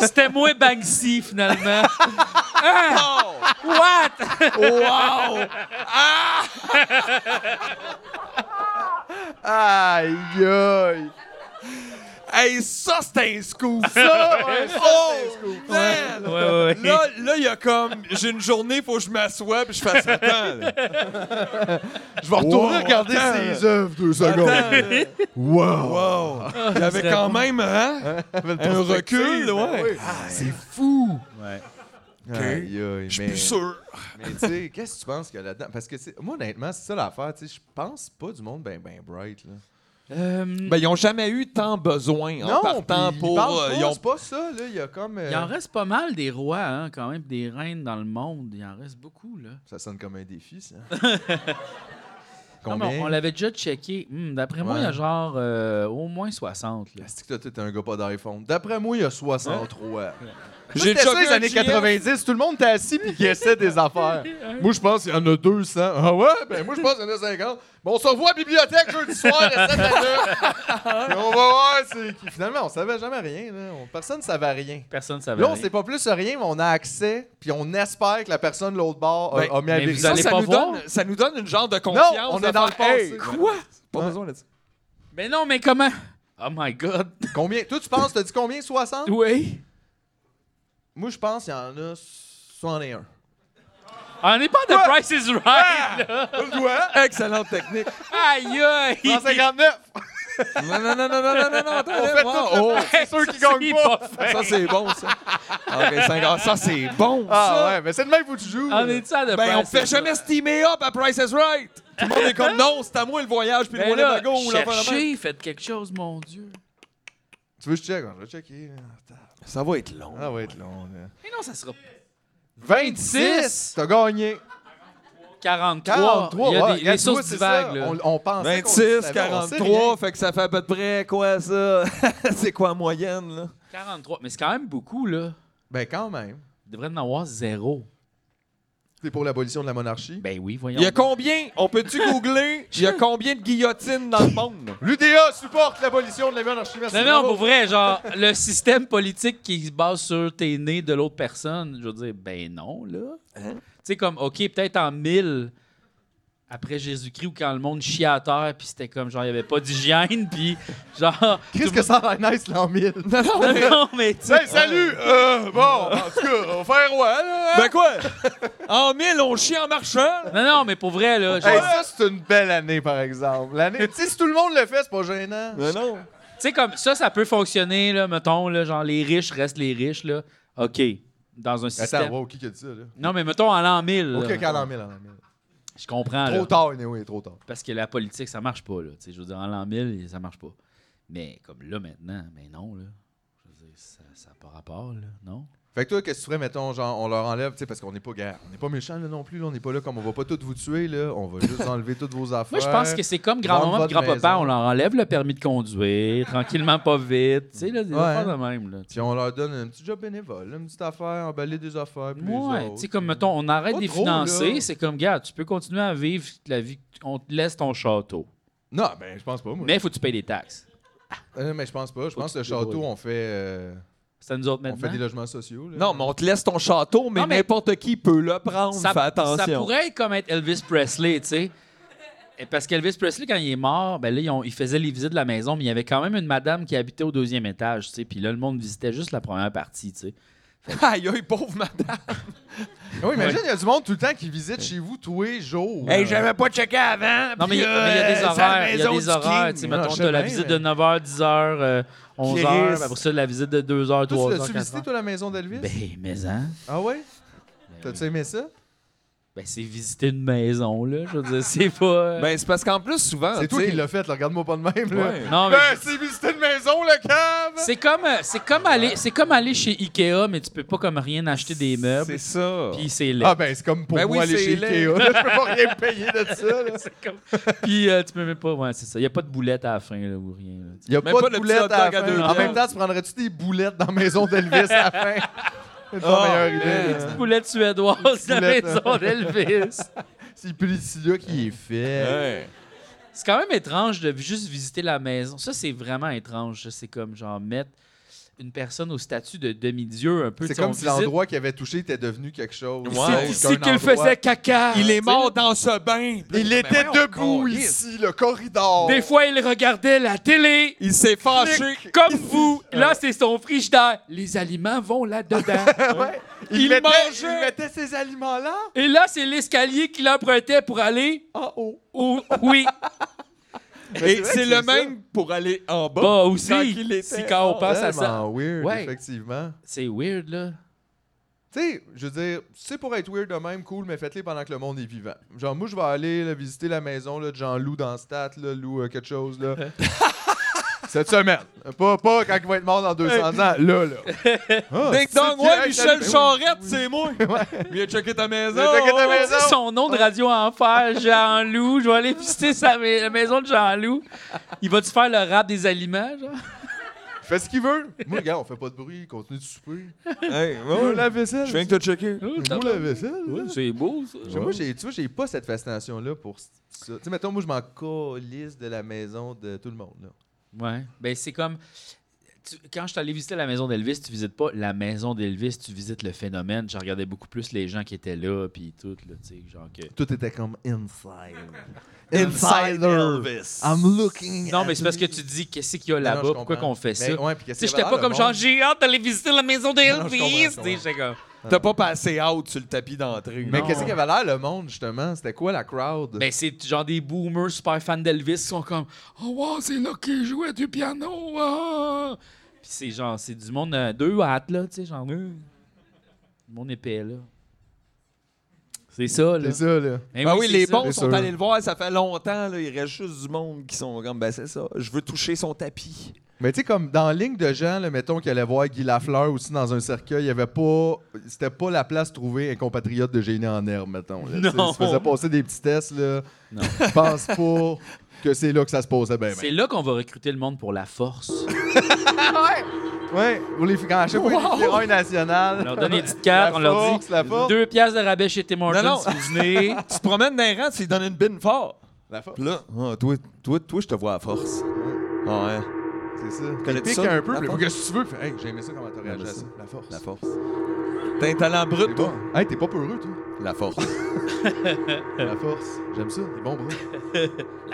C'était moins Banksy, finalement. Ah!
Oh!
What?
Wow!
Aïe, aïe.
Hey, ça, c'est un scoop!
Ça, *laughs* ouais, ça, c'est un
oh!
scoop.
Man!
Ouais, ouais, ouais.
Là, là, il y a comme. J'ai une journée, faut que je m'assoie puis je fasse attends. là.
Je vais
Wow,
retourner regarder
attends.
ses œuvres deux secondes.
Attends, là.
Wow.
Wow! Il y avait quand même, hein? Un
ben
recul, ouais.
C'est fou.
Ouais.
Aïe, aïe,
Je suis
mais-
plus sûr.
Mais tu sais, qu'est-ce que tu penses qu'il y a là-dedans? Parce que tu sais, moi, honnêtement, c'est ça l'affaire. tu sais, Je pense pas du monde ben, ben bright. Là.
Euh,
Ben, ils n'ont jamais eu tant besoin en partant
puis ils
pour.
parlent
euh,
pas,
ils ont-
c'est pas ça. Là. Il y a comme. euh,
il en reste pas mal des rois, hein, quand même, des reines dans le monde. Il en reste beaucoup, là.
Ça sonne comme un défi,
*laughs*
ça.
Non, mais
Combien?
on on l'avait déjà checké. Hmm, D'après moi, il y a
Ouais.
genre euh, au moins 60. Là.
Est-ce que toi, t'es un gars pas d'iPhone? D'après moi, il y a 63.
J'ai
C'était ça
choqué
les
un
années
GF.
90. Tout le monde était assis puis guessait
*laughs*
des affaires. Moi, je pense qu'il y en a 200. Ah ouais? Ben, moi, je pense qu'il y en a 50. Bon, on se revoit à la bibliothèque jeudi soir à 7 à *laughs* 9. Puis on va voir c'est qui. Finalement, on savait jamais rien. Là. On- Personne ne savait rien.
Personne ne savait.
Là, on
rien.
sait pas plus rien, mais on a accès, puis on espère que la personne de l'autre bord a, a
Ben,
mis à
mais vous
vérifier.
Ça,
allez
ça
pas
nous
voir?
donne, ça nous donne une genre de
Non,
confiance.
on
de
est dans le
faire,
passé.
Hey, quoi? Pas
Ouais.
besoin de ça.
Mais non, mais comment? Oh my God.
Combien? Toi, tu penses, t'as dit combien? 60?
Oui.
Moi, je pense qu'il y en a 61.
On n'est pas de Price is Right. là.
Excellente technique.
Aïe, aïe. *laughs*
159!
Non, non, non, non, non, non, non, non. attends,
On fait tout le
wow, oh,
temps. C'est ceux qui
Ça,
gagnent
c'est
pas!
pas fait.
Ça, c'est bon, ça. Ok, cinq ans. Ça, c'est bon,
Ah
ça.
ouais, mais c'est le même où tu joues.
On est ça de
Ben, on
Price
fait
is
jamais
Right?
steamer up à Price is Right. Tout le monde est *laughs* comme, non, c'est à moi le voyage, puis le
Ben
volet
là,
bago ou l'affaire de même.
cherchez, faites quelque chose, mon Dieu.
Tu veux que je check? Ah, Je vais checker.
Oh
Ça va être long.
Ça va être long. Là.
Mais non, ça sera
26! T'as gagné.
43.
43.
Il y a
ouais,
des, les
regarde, tu vois,
sources
c'est
divagues,
ça,
là.
On, on pense.
26, 43, fait que ça fait à peu près quoi, ça? *laughs* c'est quoi, en moyenne, là?
43. Mais c'est quand même beaucoup, là.
Ben quand même.
Il devrait en avoir zéro.
C'est pour l'abolition de la monarchie.
Ben oui, voyons.
Il y a combien? On peut-tu googler? Il y a combien de guillotines dans le monde?
L'UDA supporte l'abolition de la monarchie. Merci.
Non, non,
bravo.
pour vrai, genre, le système politique qui se base sur t'es né de l'autre personne, je veux dire, ben non, là. Tu sais, comme, OK, peut-être en 1000, après Jésus-Christ ou quand le monde chiait à terre, puis c'était comme genre, il n'y avait pas d'hygiène, *laughs* puis genre.
Qu'est-ce que ça va nice l'an 1000?
Non, non,
Non,
*laughs*
mais-
non, mais tu sais.
Hey, salut! Euh, bon, en tout cas, on va faire ouais, là, hein? Ben quoi? en mille, on chie en marchant.
Non, non, mais pour vrai, là. genre-
Hey, ça, c'est une belle année, par exemple. L'année, tu sais, si tout le monde le fait, c'est pas gênant.
Mais Ben, non.
Tu sais, comme ça, ça peut fonctionner, là, mettons, là, genre les riches restent les riches, là. OK. Dans un système.
Attends, wow, qui a dit ça, là?
Non, mais mettons en l'an 1000. là,
Ok, ok,
mettons.
à l'an 1000, à l'an 1000.
Je comprends, là.
Trop tard, anyway, trop tard.
Parce que la politique, ça marche pas, là. Tu sais, je veux dire, en l'an 1000, ça marche pas. Mais comme là, maintenant, mais non, là. Je veux dire, ça n'a pas rapport, là, non?
Fait que toi, qu'est-ce que tu ferais, mettons, genre, on leur enlève, tu sais, parce qu'on n'est pas guerre. On n'est pas méchants, là, non plus, là. On n'est pas là comme on va pas tous vous tuer, là. On va
*laughs*
juste enlever toutes vos affaires.
Moi, je pense que c'est comme
Vendre
grand-maman et
votre
grand-papa,
maison.
on leur enlève le permis de
*laughs*
conduire, tranquillement, pas vite. Tu sais, là, des
Ouais.
affaires de même, là.
Puis on leur donne un petit job bénévole, une petite affaire, emballer des affaires. Puis les
Ouais,
autres,
tu sais, comme
puis-
mettons, on arrête
Pas
de les
trop, là.
financer, c'est comme, gars, tu peux continuer à vivre la vie, que- on te laisse ton château.
Non, ben, je pense pas, moi.
Mais il faut que tu payes des taxes.
Euh, mais je pense pas. Je pense que le
tu te
château,
débrouilles.
on fait, euh,
Ça nous autres
on fait
maintenant.
des logements sociaux, là.
Non, mais on te laisse ton château, mais,
Non, mais-
n'importe qui peut le prendre.
ça,
Fais attention.
ça pourrait être comme être Elvis Presley, tu sais. Et Parce qu'Elvis Presley, quand il est mort, ben là, ils, ont- ils faisaient les visites de la maison, mais il y avait quand même une madame qui habitait au deuxième étage, tu sais. Puis là, le monde visitait juste la première partie, tu sais.
*laughs* Aïe, aïe, pauvre madame.
Ah Oui, imagine, il y a du monde tout le temps qui visite chez vous tous les jours.
Hey, j'avais pas checké avant.
Non, mais il y, a-
puis,
mais il y a des
euh, c'est la
horaires. Il y a
maison
des
du
horaires.
King.
Tu sais,
Non,
mettons,
je sais
t'as la
bien,
visite
mais-
de 9h, 10h, euh, 11h.
Chris.
Après ça, la visite de 2h,
Toi,
3h.
tu l'as-tu visité, toi, la maison d'Elvis?
Ben, mais hein?
Ah ouais?
Ben
T'as-tu aimé ça?
Ben, c'est visiter une maison, là. Je veux dire, c'est pas. euh,
Ben, c'est parce qu'en plus, souvent.
C'est Ah, toi
tu sais,
qui l'as fait, là, regarde-moi pas de même, là.
Ouais.
non, mais.
Ben, c'est visiter une maison, le cave!
C'est comme, euh, c'est comme aller, c'est comme aller chez Ikea, mais tu peux pas comme rien acheter des meubles.
C'est ça.
Puis c'est laid.
Ah, ben, c'est comme pour
Ben
moi
oui,
aller
c'est
chez
laid.
Ikea. *laughs* là. Je peux pas rien payer de ça, là.
C'est comme- *laughs* Puis euh, tu peux même pas. Ouais, c'est ça. Y a pas de boulette à la fin là, ou rien. là.
Il n'y a
Même
pas,
pas
de
le petit
boulettes
hot
à, la
dog à
fin.
deux
En
piastres.
même temps, tu prendrais-tu des boulettes dans la maison d'Elvis à la
*laughs*
fin? C'est
Oh,
pas meilleure
man.
idée. là.
Boulette suédoise, la
Boulette,
maison
*laughs*
d'Elvis.
C'est le pellicule qui est fait.
Ouais.
C'est quand même étrange de juste visiter la maison. Ça, c'est vraiment étrange. ça. C'est comme genre mettre une personne au statut de demi-dieu un peu.
C'est
Tu sais, on
comme si
visite-
l'endroit qu'il avait touché était devenu quelque chose.
C'est Ouais.
Qu'un
ici qu'il
endroit.
faisait caca.
Il
Tu
est
sais,
mort dans ce bain. Puis là,
Il
ben
était
voyons,
debout
câlisse.
ici, le corridor.
Des fois, il regardait la télé.
Il s'est fâché.
Comme vous. Là, c'est son frigidaire. Les aliments vont là-dedans.
*laughs* Ouais.
Il
mettait,
mangeait.
il mettait ces aliments-là
Et là, c'est l'escalier qu'il empruntait pour aller
en haut.
au... Oui.
Et
c'est vrai
c'est
que
le
c'est ça.
même pour aller en bas.
Bah
Quand
aussi,
il était-
si quand on pense à ça.
Tellement weird,
Ouais.
effectivement.
C'est weird, là.
Tu sais, je veux dire, c'est pour être weird de même, cool, mais faites-les pendant que le monde est vivant. Genre, moi, je vais aller là, visiter la maison là, de Jean-Loup dans Stat, là, Lou euh, quelque chose,
*laughs*
là. Cette semaine. Pas, pas quand il va être mort dans 200 ans, là, là.
*laughs*
Ah,
Ding
c'est ben
dong,
qui-
ouais,
hey,
Michel
salut.
Charette,
*laughs*
c'est moi. Viens checker ta maison.
Viens checker ta
On
maison.
dit son nom de radio à enfer, Jean-Loup. Je vais aller visiter sa ma- la maison de Jean-Loup. Il va-tu faire le rap des aliments,
*laughs*
genre?
Fais ce qu'il veut. Moi, regarde, on fait pas de bruit, continue de souper.
Hey, Ah, ouais,
Moi,
ouais.
la vaisselle.
Je viens que t'as checké.
Moi, la vaisselle. là.
C'est beau, ça.
J'ai- Moi, j'ai- tu vois, j'ai pas cette fascination-là pour ça. Tu sais, mettons, moi, je m'en colisse de la maison de tout le monde, là.
Ouais. Ben, c'est comme. tu- quand je suis allé visiter la maison d'Elvis, tu visites pas la maison d'Elvis, tu visites le phénomène. Je regardais beaucoup plus les gens qui étaient là, puis tout, là, tu sais, genre que.
Tout était comme inside.
Inside Elvis.
I'm looking.
Non,
at
mais c'est parce que
you.
tu dis, qu'est-ce qu'il y a
Mm. Non,
là-bas?
non, je
Pourquoi
comprends.
qu'on fait ça?
Mais ouais, puis qu'est-ce
Tu sais,
qu'il y
j'étais
avait
pas
là,
comme
le
genre,
monde?
j'ai hâte d'aller visiter la maison
Non, non, je
d'Elvis.
comprends, je
Tu sais, j'étais comme.
T'as pas passé out sur le tapis d'entrée.
Mais
Non.
qu'est-ce qu'il y avait là, le monde, justement? C'était quoi la crowd?
Ben, c'est genre des boomers super fans d'Elvis qui sont comme Oh, wow, c'est là qu'il jouait du piano. ah! Puis c'est genre, c'est du monde euh, deux hâtes, là, tu sais, genre. euh, Du monde épais, là. C'est ça, là.
c'est ça, là.
Ben
Ben oui,
c'est
les
ça.
bons
c'est
sont
sûr.
allés le voir, ça fait longtemps. Là. Il reste juste du monde qui sont comme, ben c'est ça, je veux toucher son tapis.
Mais tu sais, comme dans la ligne de gens, là, mettons qu'il allait voir Guy Lafleur aussi dans un cercueil, il y avait pas. C'était pas la place trouvée un compatriote de génie en herbe, mettons. là. Tu sais,
Non.
Il se faisait passer des petits tests, là.
Non.
Je pense pas que c'est là que ça se passait bien.
C'est là qu'on va recruter le monde pour la force.
Ouais, pour les quand à chaque fois qu'il y a des funérailles nationales.
On leur
*laughs*
donne des petites cartes,
La
on leur
force,
dit
la force.
deux pièces de rabais chez Tim
Non,
Hortons
non.
si vous venez.
*laughs* tu te promènes dans les rangs, tu lui donnes une bine fort.
La force.
Puis là, Ah, toi, toi, toi, je te vois à force. Ah ouais,
C'est ça.
Connais-tu
Il pique
ça?
un peu,
La
puis
force.
qu'est-ce que tu veux? Fait, Hey, j'ai aimé ça comment t'as réagi à
J'aime ça.
ça. La force.
la force. T'as un talent brut, toi.
Hey, t'es pas peureux, toi. Euh.
La force.
La force. J'aime ça. Des bons bras. *laughs*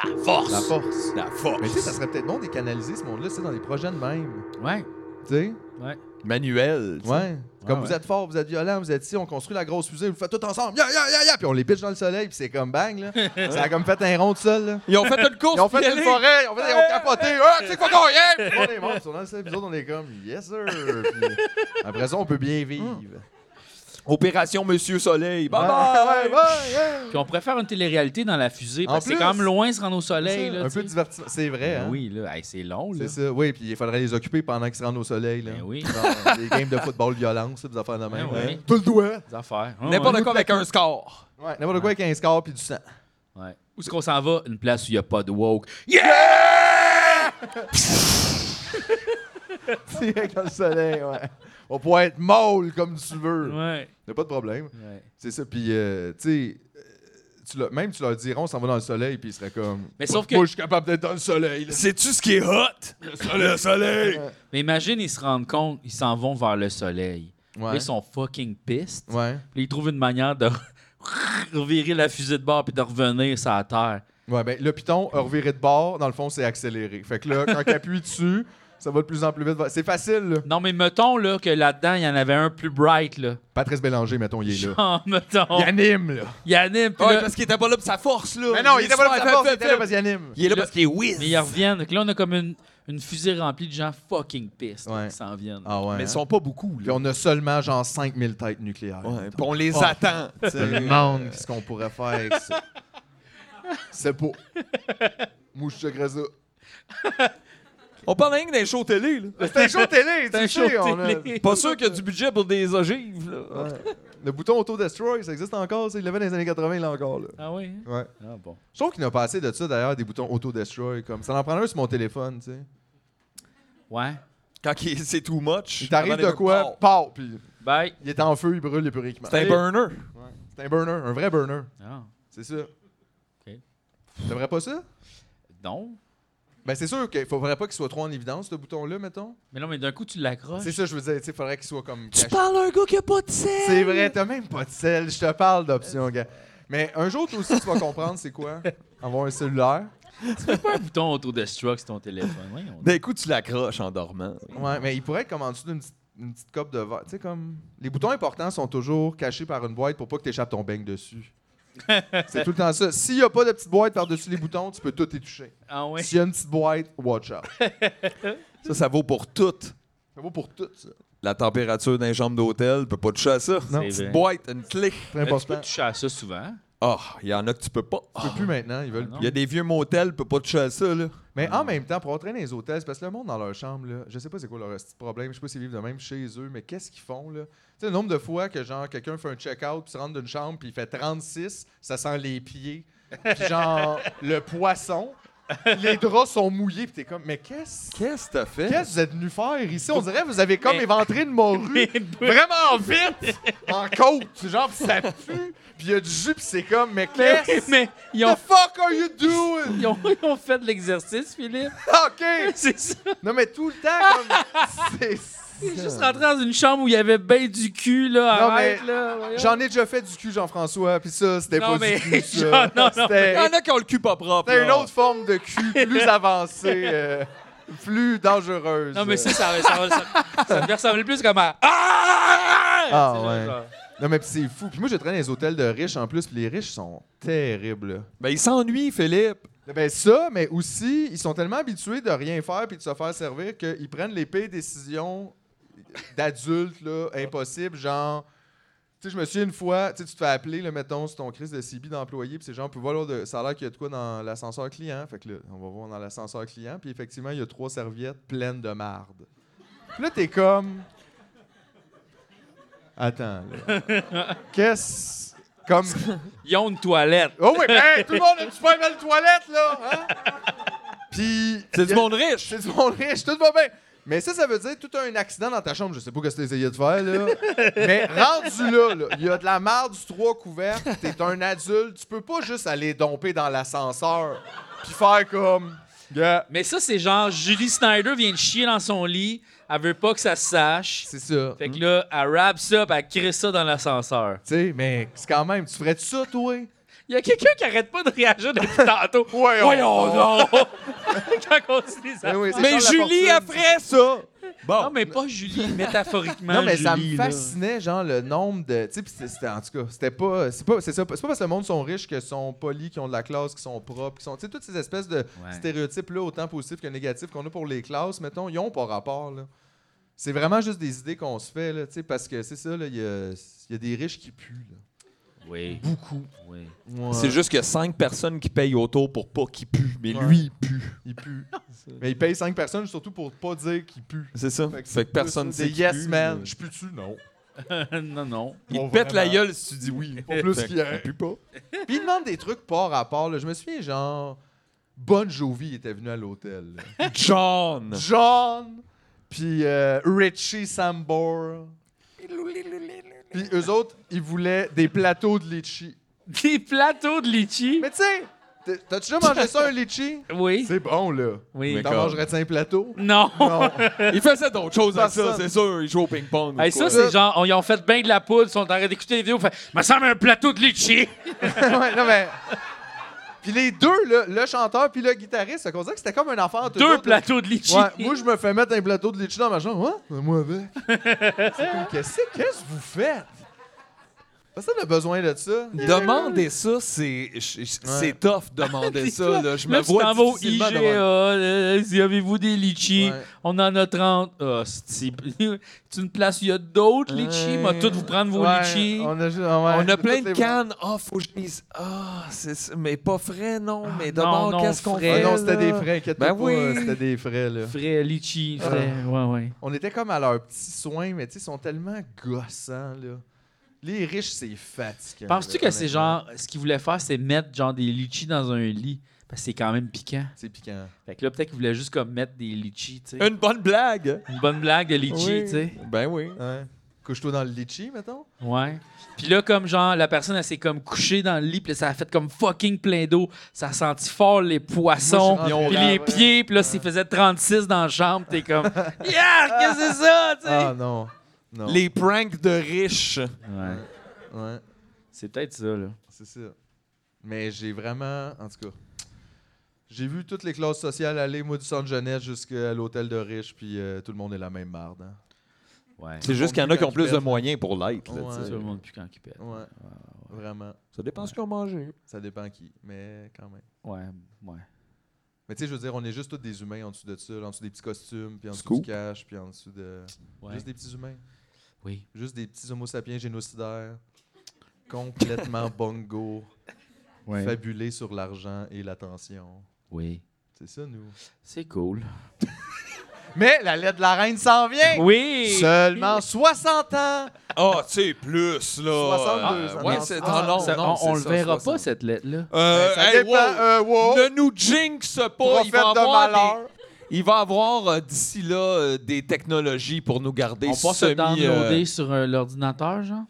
La force.
La force.
La force.
Mais tu sais, ça serait peut-être bon de les canaliser, ce monde-là, tu sais, dans des projets de même.
Ouais,
Tu sais?
ouais.
Manuel. tu sais.
Ouais. Comme
ouais.
vous êtes fort, vous êtes violent, vous êtes ici, on construit la grosse fusée, vous le faites tout ensemble. Ya, ya, ya, ya. Puis on les pitche dans le soleil, puis c'est comme bang, *laughs* là. ça a comme fait un rond tout seul, là.
Ils ont fait une course.
Ils ont fait
puis
une
allez.
forêt, ils ont fait ils ont capoté. Ah, tu sais quoi qu'on
Yeah!
Puis on est morts, puis on est dans le puis on est comme yes sir. Puis après ça, on peut bien vivre.
Opération Monsieur Soleil. Bye
Ouais,
bye.
ouais, ouais, ouais.
Puis on pourrait faire une télé-réalité dans la fusée,
En
parce que c'est
plus.
quand même loin de se rendre au soleil. Là,
un
tu sais.
peu de divertissement, c'est vrai.
Ben
hein.
Oui, là, hey, c'est long. Là.
C'est ça. Oui, puis il faudrait les occuper pendant qu'ils se rendent au soleil. Là.
Ben oui. *laughs*
Genre, des games de football violence, des affaires de même.
Ben oui.
hein. Tout le doigt.
Des affaires. Ah,
*laughs* N'importe
ouais.
quoi avec un score.
Ouais, n'importe quoi avec un score puis du *laughs* sang.
Ouais. Où est-ce qu'on s'en va? Une place où il n'y a pas de woke. Yeah!
Direct dans le soleil, ouais. On pourrait être molle comme tu veux.
Ouais.
Y'a pas de problème.
ouais.
C'est ça. Puis, euh, tu sais, euh, tu leur- même tu leur dirais, on s'en va dans le soleil, puis ils seraient comme.
Mais sauf que-
Moi, je suis capable d'être dans le soleil. là.
Sais-tu ce qui est hot? Le soleil. Le soleil.
Mais imagine, ils se rendent compte, ils s'en vont vers le soleil. Là,
Ouais.
ils sont fucking pistes.
Ouais.
Puis ils trouvent une manière de *laughs* revirer la fusée de bord puis de revenir sur la terre.
Ouais, ben, le piton, a reviré de bord, dans le fond, c'est accéléré. Fait que là, quand
*laughs*
t'appuies dessus, ça va de plus en plus vite. C'est facile, là.
Non, mais mettons là, que là-dedans, il y en avait un plus bright. Là.
Patrice Bélanger, mettons, il est là.
*laughs* Genre, mettons.
Il anime, là.
Il anime, puis
Ouais,
là,
parce qu'il était pas là pour sa force, là.
Mais non, il était pas là
se
pour
fait-
sa force,
fait-
il était là
fait-
parce qu'il anime.
Il est là parce qu'il est whiz.
mais ils reviennent. Donc là, on a comme une, une fusée remplie de gens fucking pistes là,
Ouais.
qui s'en viennent.
Ah ouais.
Mais
hein?
ils sont pas beaucoup,
Puis
là.
on a seulement, genre, 5000 têtes nucléaires.
Ouais, puis on les
Oh.
attend. tu
Je me
sais.
demande qu'est-ce qu'on pourrait faire avec ça. C'est pas. Moi, je checkerais ça.
on parle rien que d'un show
*laughs*
télé, là.
C'est un show télé,
C'est un
tu
show
sais. on a-
télé.
Pas sûr qu'il y a du budget pour des ogives, là.
Le bouton auto-destroy, ça existe encore, ça. Il l'avait dans les années 80, là encore. Là.
Ah oui? hein?
Ouais.
Ah bon.
Je trouve qu'il n'a pas assez de ça, d'ailleurs, des boutons auto-destroy. Comme... Ça en prend un sur mon téléphone, tu sais.
Ouais.
Quand il- c'est too much.
Il t'arrive de quoi, pow, puis
Bye.
il est en feu, il brûle, il peut rééquiper.
C'est un burner.
C'est un burner, un vrai burner.
Ah,
C'est ça. T'aimerais pas ça?
non.
Ben, c'est sûr qu'il faudrait pas qu'il soit trop en évidence, ce bouton-là, mettons.
Mais non, mais d'un coup, tu l'accroches.
C'est ça, je veux dire, tu sais, faudrait qu'il soit comme. caché.
parles à un gars qui a pas de sel.
C'est vrai, t'as même pas de sel, je te parle d'options, gars. Mais un jour, toi aussi, tu vas comprendre c'est quoi
*laughs*
avoir un cellulaire.
pas un bouton auto-destruct sur ton téléphone. Voyons.
D'un coup, Ben, tu l'accroches en dormant.
Ouais, mais il pourrait être comme en dessous d'une petite, une petite coupe de verre. Tu sais, comme. Les boutons importants sont toujours cachés par une boîte pour pas que t'échappes ton
*laughs*
beigne dessus. c'est tout le temps ça. S'il y a pas de petite boîte par-dessus les boutons, tu peux tout y toucher.
Ah oui?
S'il y a une petite boîte, watch out.
Ça, ça vaut pour tout.
Ça vaut pour tout, ça.
La température d'un chambre d'hôtel, peut pas toucher à ça.
Non.
C'est
Petite
vrai.
boîte, une clé.
Très
Euh, Tu
important.
peux toucher à ça souvent.
Ah, il y en a que tu peux pas.
Tu peux plus maintenant, ils veulent
Ah non.
Il y a des vieux motels, peut pas toucher à ça, là.
Mais
Hmm.
en même temps, pour entrer dans les hôtels, c'est parce que le monde dans leur chambre, là, je sais pas c'est quoi leur petit problème, je sais pas s'ils vivent de même chez eux, mais qu'est-ce qu'ils font là? Tu sais, le nombre de fois que genre quelqu'un fait un check-out, puis se rentre d'une chambre, puis il fait 36, ça sent
*laughs*
les pieds, puis genre le poisson, les draps sont mouillés, puis t'es comme, mais qu'est-ce
Qu'est-ce que t'as fait?
qu'est-ce que vous êtes venu faire ici? On dirait que vous avez comme
Mais-
éventré
*laughs*
une morue vraiment vite en côte, genre pis ça pue, puis il y a du jus, puis c'est comme, mais
Mais,
qu'est-ce?
mais ils,
The
ont,
fuck are you doing? *laughs*
ils, ont, ils ont fait de l'exercice, Philippe.
OK!
*laughs* C'est ça.
Non, mais tout le
*laughs*
temps, comme. c'est
T'es
ça.
juste rentré dans une chambre où il y avait ben du cul, là.
Non,
arrête,
mais
là. voyons.
J'en ai déjà fait du cul, Jean-François, puis ça, c'était
Non,
pas
mais- *laughs*
du cul,
Jean-
ça.
non, non,
Il
C'était
y en a qui ont le cul pas propre.
c'était
là.
une autre forme de cul
*laughs*
plus avancée, euh, plus dangereuse.
Non, mais ça, ça, ça, ça, ça me ressemblait plus comme à. Ah!
Ah,
Tu sais,
ouais.
genre.
Non, mais puis c'est fou. Puis moi, je traîne dans les hôtels de riches en plus, puis les riches sont terribles.
Ben, il s'ennuie, Philippe.
Ben ça, mais aussi, ils sont tellement habitués de rien faire puis de se faire servir qu'ils prennent les pires décisions d'adultes, là, impossibles, genre... Tu sais, je me souviens une fois, tu sais, tu te fais appeler, là, mettons, sur ton crise de CB d'employé, puis c'est genre, on peut voir, là, de- ça a l'air qu'il y a de quoi dans l'ascenseur client. Fait que là, on va voir dans l'ascenseur client, puis effectivement, il y a trois serviettes pleines de marde. Puis là, t'es comme... Attends, là. Qu'est-ce... Comme...
Ils ont une toilette.
Oh oui, ben, tout le monde a une super belle toilette, là! Hein? Puis.
C'est du monde riche.
C'est du monde riche, tout va bien! Mais ça, ça veut dire tout un accident dans ta chambre. Je sais pas ce que tu essayé de faire, là. Mais rendu là, là, il y a de la marde du toit couvert. T'es un adulte. Tu peux pas juste aller domper dans l'ascenseur puis faire comme.
Yeah.
Mais ça, c'est genre Julie Snyder vient de chier dans son lit. Elle veut pas que ça se sache.
C'est ça.
Fait que
Mm.
là, elle rap ça, puis elle crée ça dans l'ascenseur.
Tu sais, mais c'est quand même, tu ferais ça, toi?
Il y a quelqu'un qui arrête pas de réagir *laughs* depuis tantôt.
Voyons
non! *laughs* Quand on se dit ça.
Ben oui, c'est
Mais
Charles
Julie,
Lafortune.
après ça. Bon.
Non, mais pas *laughs* Julie, métaphoriquement.
Non, mais ça
Julie,
me
là.
fascinait, genre, le nombre de. Tu sais, pis c'était- c'était. En tout cas, c'était pas. C'est pas, c'est ça, c'est pas parce que le monde sont riches que sont polis, qui ont de la classe, qui sont propres, qui sont. Tu sais, toutes ces espèces de
Ouais.
stéréotypes-là, autant positifs que négatifs, qu'on a pour les classes, mettons, ils ont pas rapport, là. C'est vraiment juste des idées qu'on se fait, là, tu sais, parce que c'est ça, là, il y a, il y a des riches qui puent, là.
Oui. Beaucoup. Oui.
Ouais.
C'est juste qu'il y a cinq personnes qui payent autour pour pas qu'il pue, mais
Ouais.
lui, il pue.
Il pue. Mais ils payent 5 personnes, surtout pour pas dire qu'ils puent.
C'est ça. Fait que, personne ne
c'est
sait.
plus, là, des
qu'il
yes,
pue,
man.
là.
Je pue-tu? Non.
*laughs* non, non.
Il
Bon,
te pète la
vraiment.
gueule si tu dis oui.
Pas plus
Fait
qu'il y a.
qu'il
*laughs*
pue pas.
Puis il demande des trucs pas rapport. Là. Je me souviens, genre, Bon Jovi était venu à l'hôtel. là.
John.
John, puis euh, Richie Sambor. Puis eux autres, ils voulaient des plateaux de litchi.
Des plateaux de litchi.
Mais tu sais, t'as- t'as-tu déjà mangé ça, un litchi?
Oui.
C'est bon, là.
Oui.
Mais
T'en
comme-
mangerais-tu un plateau?
Non.
Non. *laughs*
Il faisait d'autres choses avec ça,
Personne.
c'est sûr. Il joue au ping-pong.
*laughs*
ou
Hey,
quoi.
ça, c'est genre, on- ils ont fait bien de la poudre, ils sont en train d'écouter les vidéos, fait, me semble un plateau de litchi.
ouais, non, mais... Puis les deux, là, le chanteur puis le guitariste, on dirait que c'était comme un enfant. entre
*laughs*
eux
Deux
autres, là.
plateaux de litchi.
Ouais, moi, je me fais mettre un plateau de litchi dans ma chambre. Hein? Mais Moi, avec. C'est comme, *laughs* qu'est-ce que- qu'est-ce que vous faites? Personne n'a besoin de ça.
Demander ça, c'est je- je- c'est tough
*laughs*
demander ça. Là. Je me
Là, tu
vois
t'en vas au
difficilement
IGA,
demander.
euh, si avez-vous des litchis?
Ouais.
On en a 30. Ah, *laughs* c'est c'est une place où il y a d'autres litchis. Moi, tout vous prendre vos
Ouais,
litchis.
On a, ju- ouais,
On a
toutes
plein de
les-
cannes. Ah, faut que je dise. Ah, c'est ça. mais pas frais, non. mais
non, Ah, non,
d'abord, qu'est-ce qu'on
frais.
Ah
fait?
non, c'était
là?
des frais, inquiète
Ben
pas,
oui.
euh, c'était des frais, là.
Frais, litchi, frais. Ah. Ouais, ouais.
On était comme à leurs petits soins, mais tu sais, ils sont tellement gossants, là. Les riches, c'est fatigant.
Penses-tu
là,
que c'est
honnêtement.
genre, ce qu'ils voulaient faire, c'est mettre genre des litchis dans un lit? Parce que c'est quand même piquant.
C'est piquant.
Fait que là, peut-être qu'ils voulaient juste comme mettre des litchis, tu sais.
Une bonne blague.
Une bonne blague de litchi,
Oui.
tu sais.
Ben oui.
Hein? Couche-toi dans le litchi, mettons.
Ouais. Puis là, comme genre, la personne, elle s'est comme couchée dans le lit, puis là, ça a fait comme fucking plein d'eau. Ça a senti fort les poissons,
Moi, je suis rentré
puis
là,
les
ouais.
pieds, puis là, s'il faisait 36 dans la chambre, t'es
*laughs*
comme, yeah, qu'est-ce que c'est ça, tu sais?
Ah non. Non.
Les pranks de riches.
Ouais.
Ouais,
C'est peut-être ça, là.
c'est ça. Mais j'ai vraiment. En tout cas. J'ai vu toutes les classes sociales aller, moi, du centre jeunesse jusqu'à l'hôtel de riches, puis euh, tout le monde est la même marde. hein.
Ouais.
C'est juste qu'il y en a qui ont plus de moyens pour l'être. là,
Ouais.
tu sais.
Tout le monde plus quand il pète.
Ouais. Vraiment.
Ça dépend ce qu'ils ont mangé.
Ça dépend qui, mais quand même.
Ouais, ouais.
Mais tu sais, je veux dire, on est juste tous des humains en dessous de ça, là, en dessous des petits costumes, puis en dessous
Scoop.
du cash, puis en dessous de.
Ouais.
Juste des petits humains.
Oui.
Juste des petits homo sapiens génocidaires. *laughs* Complètement bongo. Fabulés sur l'argent et l'attention.
Oui.
C'est ça, nous.
C'est cool.
Mais la lettre de la reine s'en vient!
Oui!
Seulement 60 ans!
Ah, tu sais, plus,
62
là. Euh,
ans.
Ouais,
Non,
c'est.
c'est-
Ah, non,
Ça,
non,
on on le
c'est ça,
verra
60.
pas, cette lettre-là.
Euh,
Ben, ça
hey,
dépend.
wow.
euh,
oh.
wow.
Ne nous jinxe pas. Il
Prophète
va
de
avoir,
malheur.
des- il va avoir euh, d'ici là euh, des technologies pour nous garder
On passe se
semi.
downloader
euh,
sur euh, l'ordinateur, genre?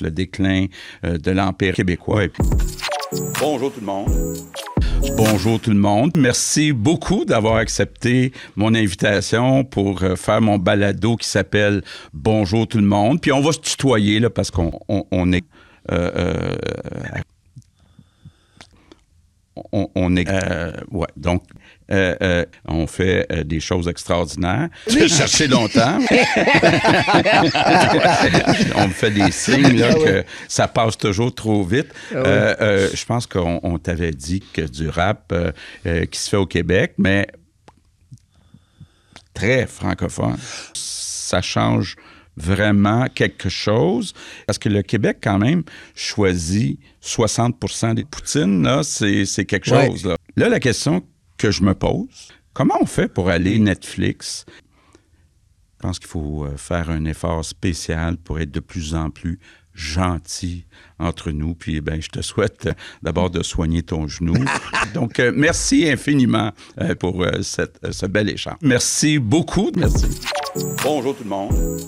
le déclin euh, de l'Empire québécois. Et puis- Bonjour tout le monde. Bonjour tout le monde. Merci beaucoup d'avoir accepté mon invitation pour euh, faire mon balado qui s'appelle Bonjour tout le monde. Puis on va se tutoyer là, parce qu'on on- on est. euh, euh, on, on est. euh, ouais, donc, euh, euh, on fait euh, des choses extraordinaires. J'ai cherché longtemps. on me fait des signes là, que ça passe toujours trop vite. Euh, euh, je pense qu'on on t'avait dit que du rap euh, euh, qui se fait au Québec, mais très francophone. Ça change vraiment quelque chose parce que le Québec quand même choisit 60% des poutines là, c'est c'est quelque
Ouais.
chose là. Là, la question que je me pose, comment on fait pour aller Netflix je pense qu'il faut euh, faire un effort spécial pour être de plus en plus gentil entre nous. Puis, ben, je te souhaite euh, d'abord de soigner ton genou. Donc, euh, merci infiniment euh, pour euh, cette- euh, ce bel échange. Merci beaucoup. Merci. Bonjour tout le monde.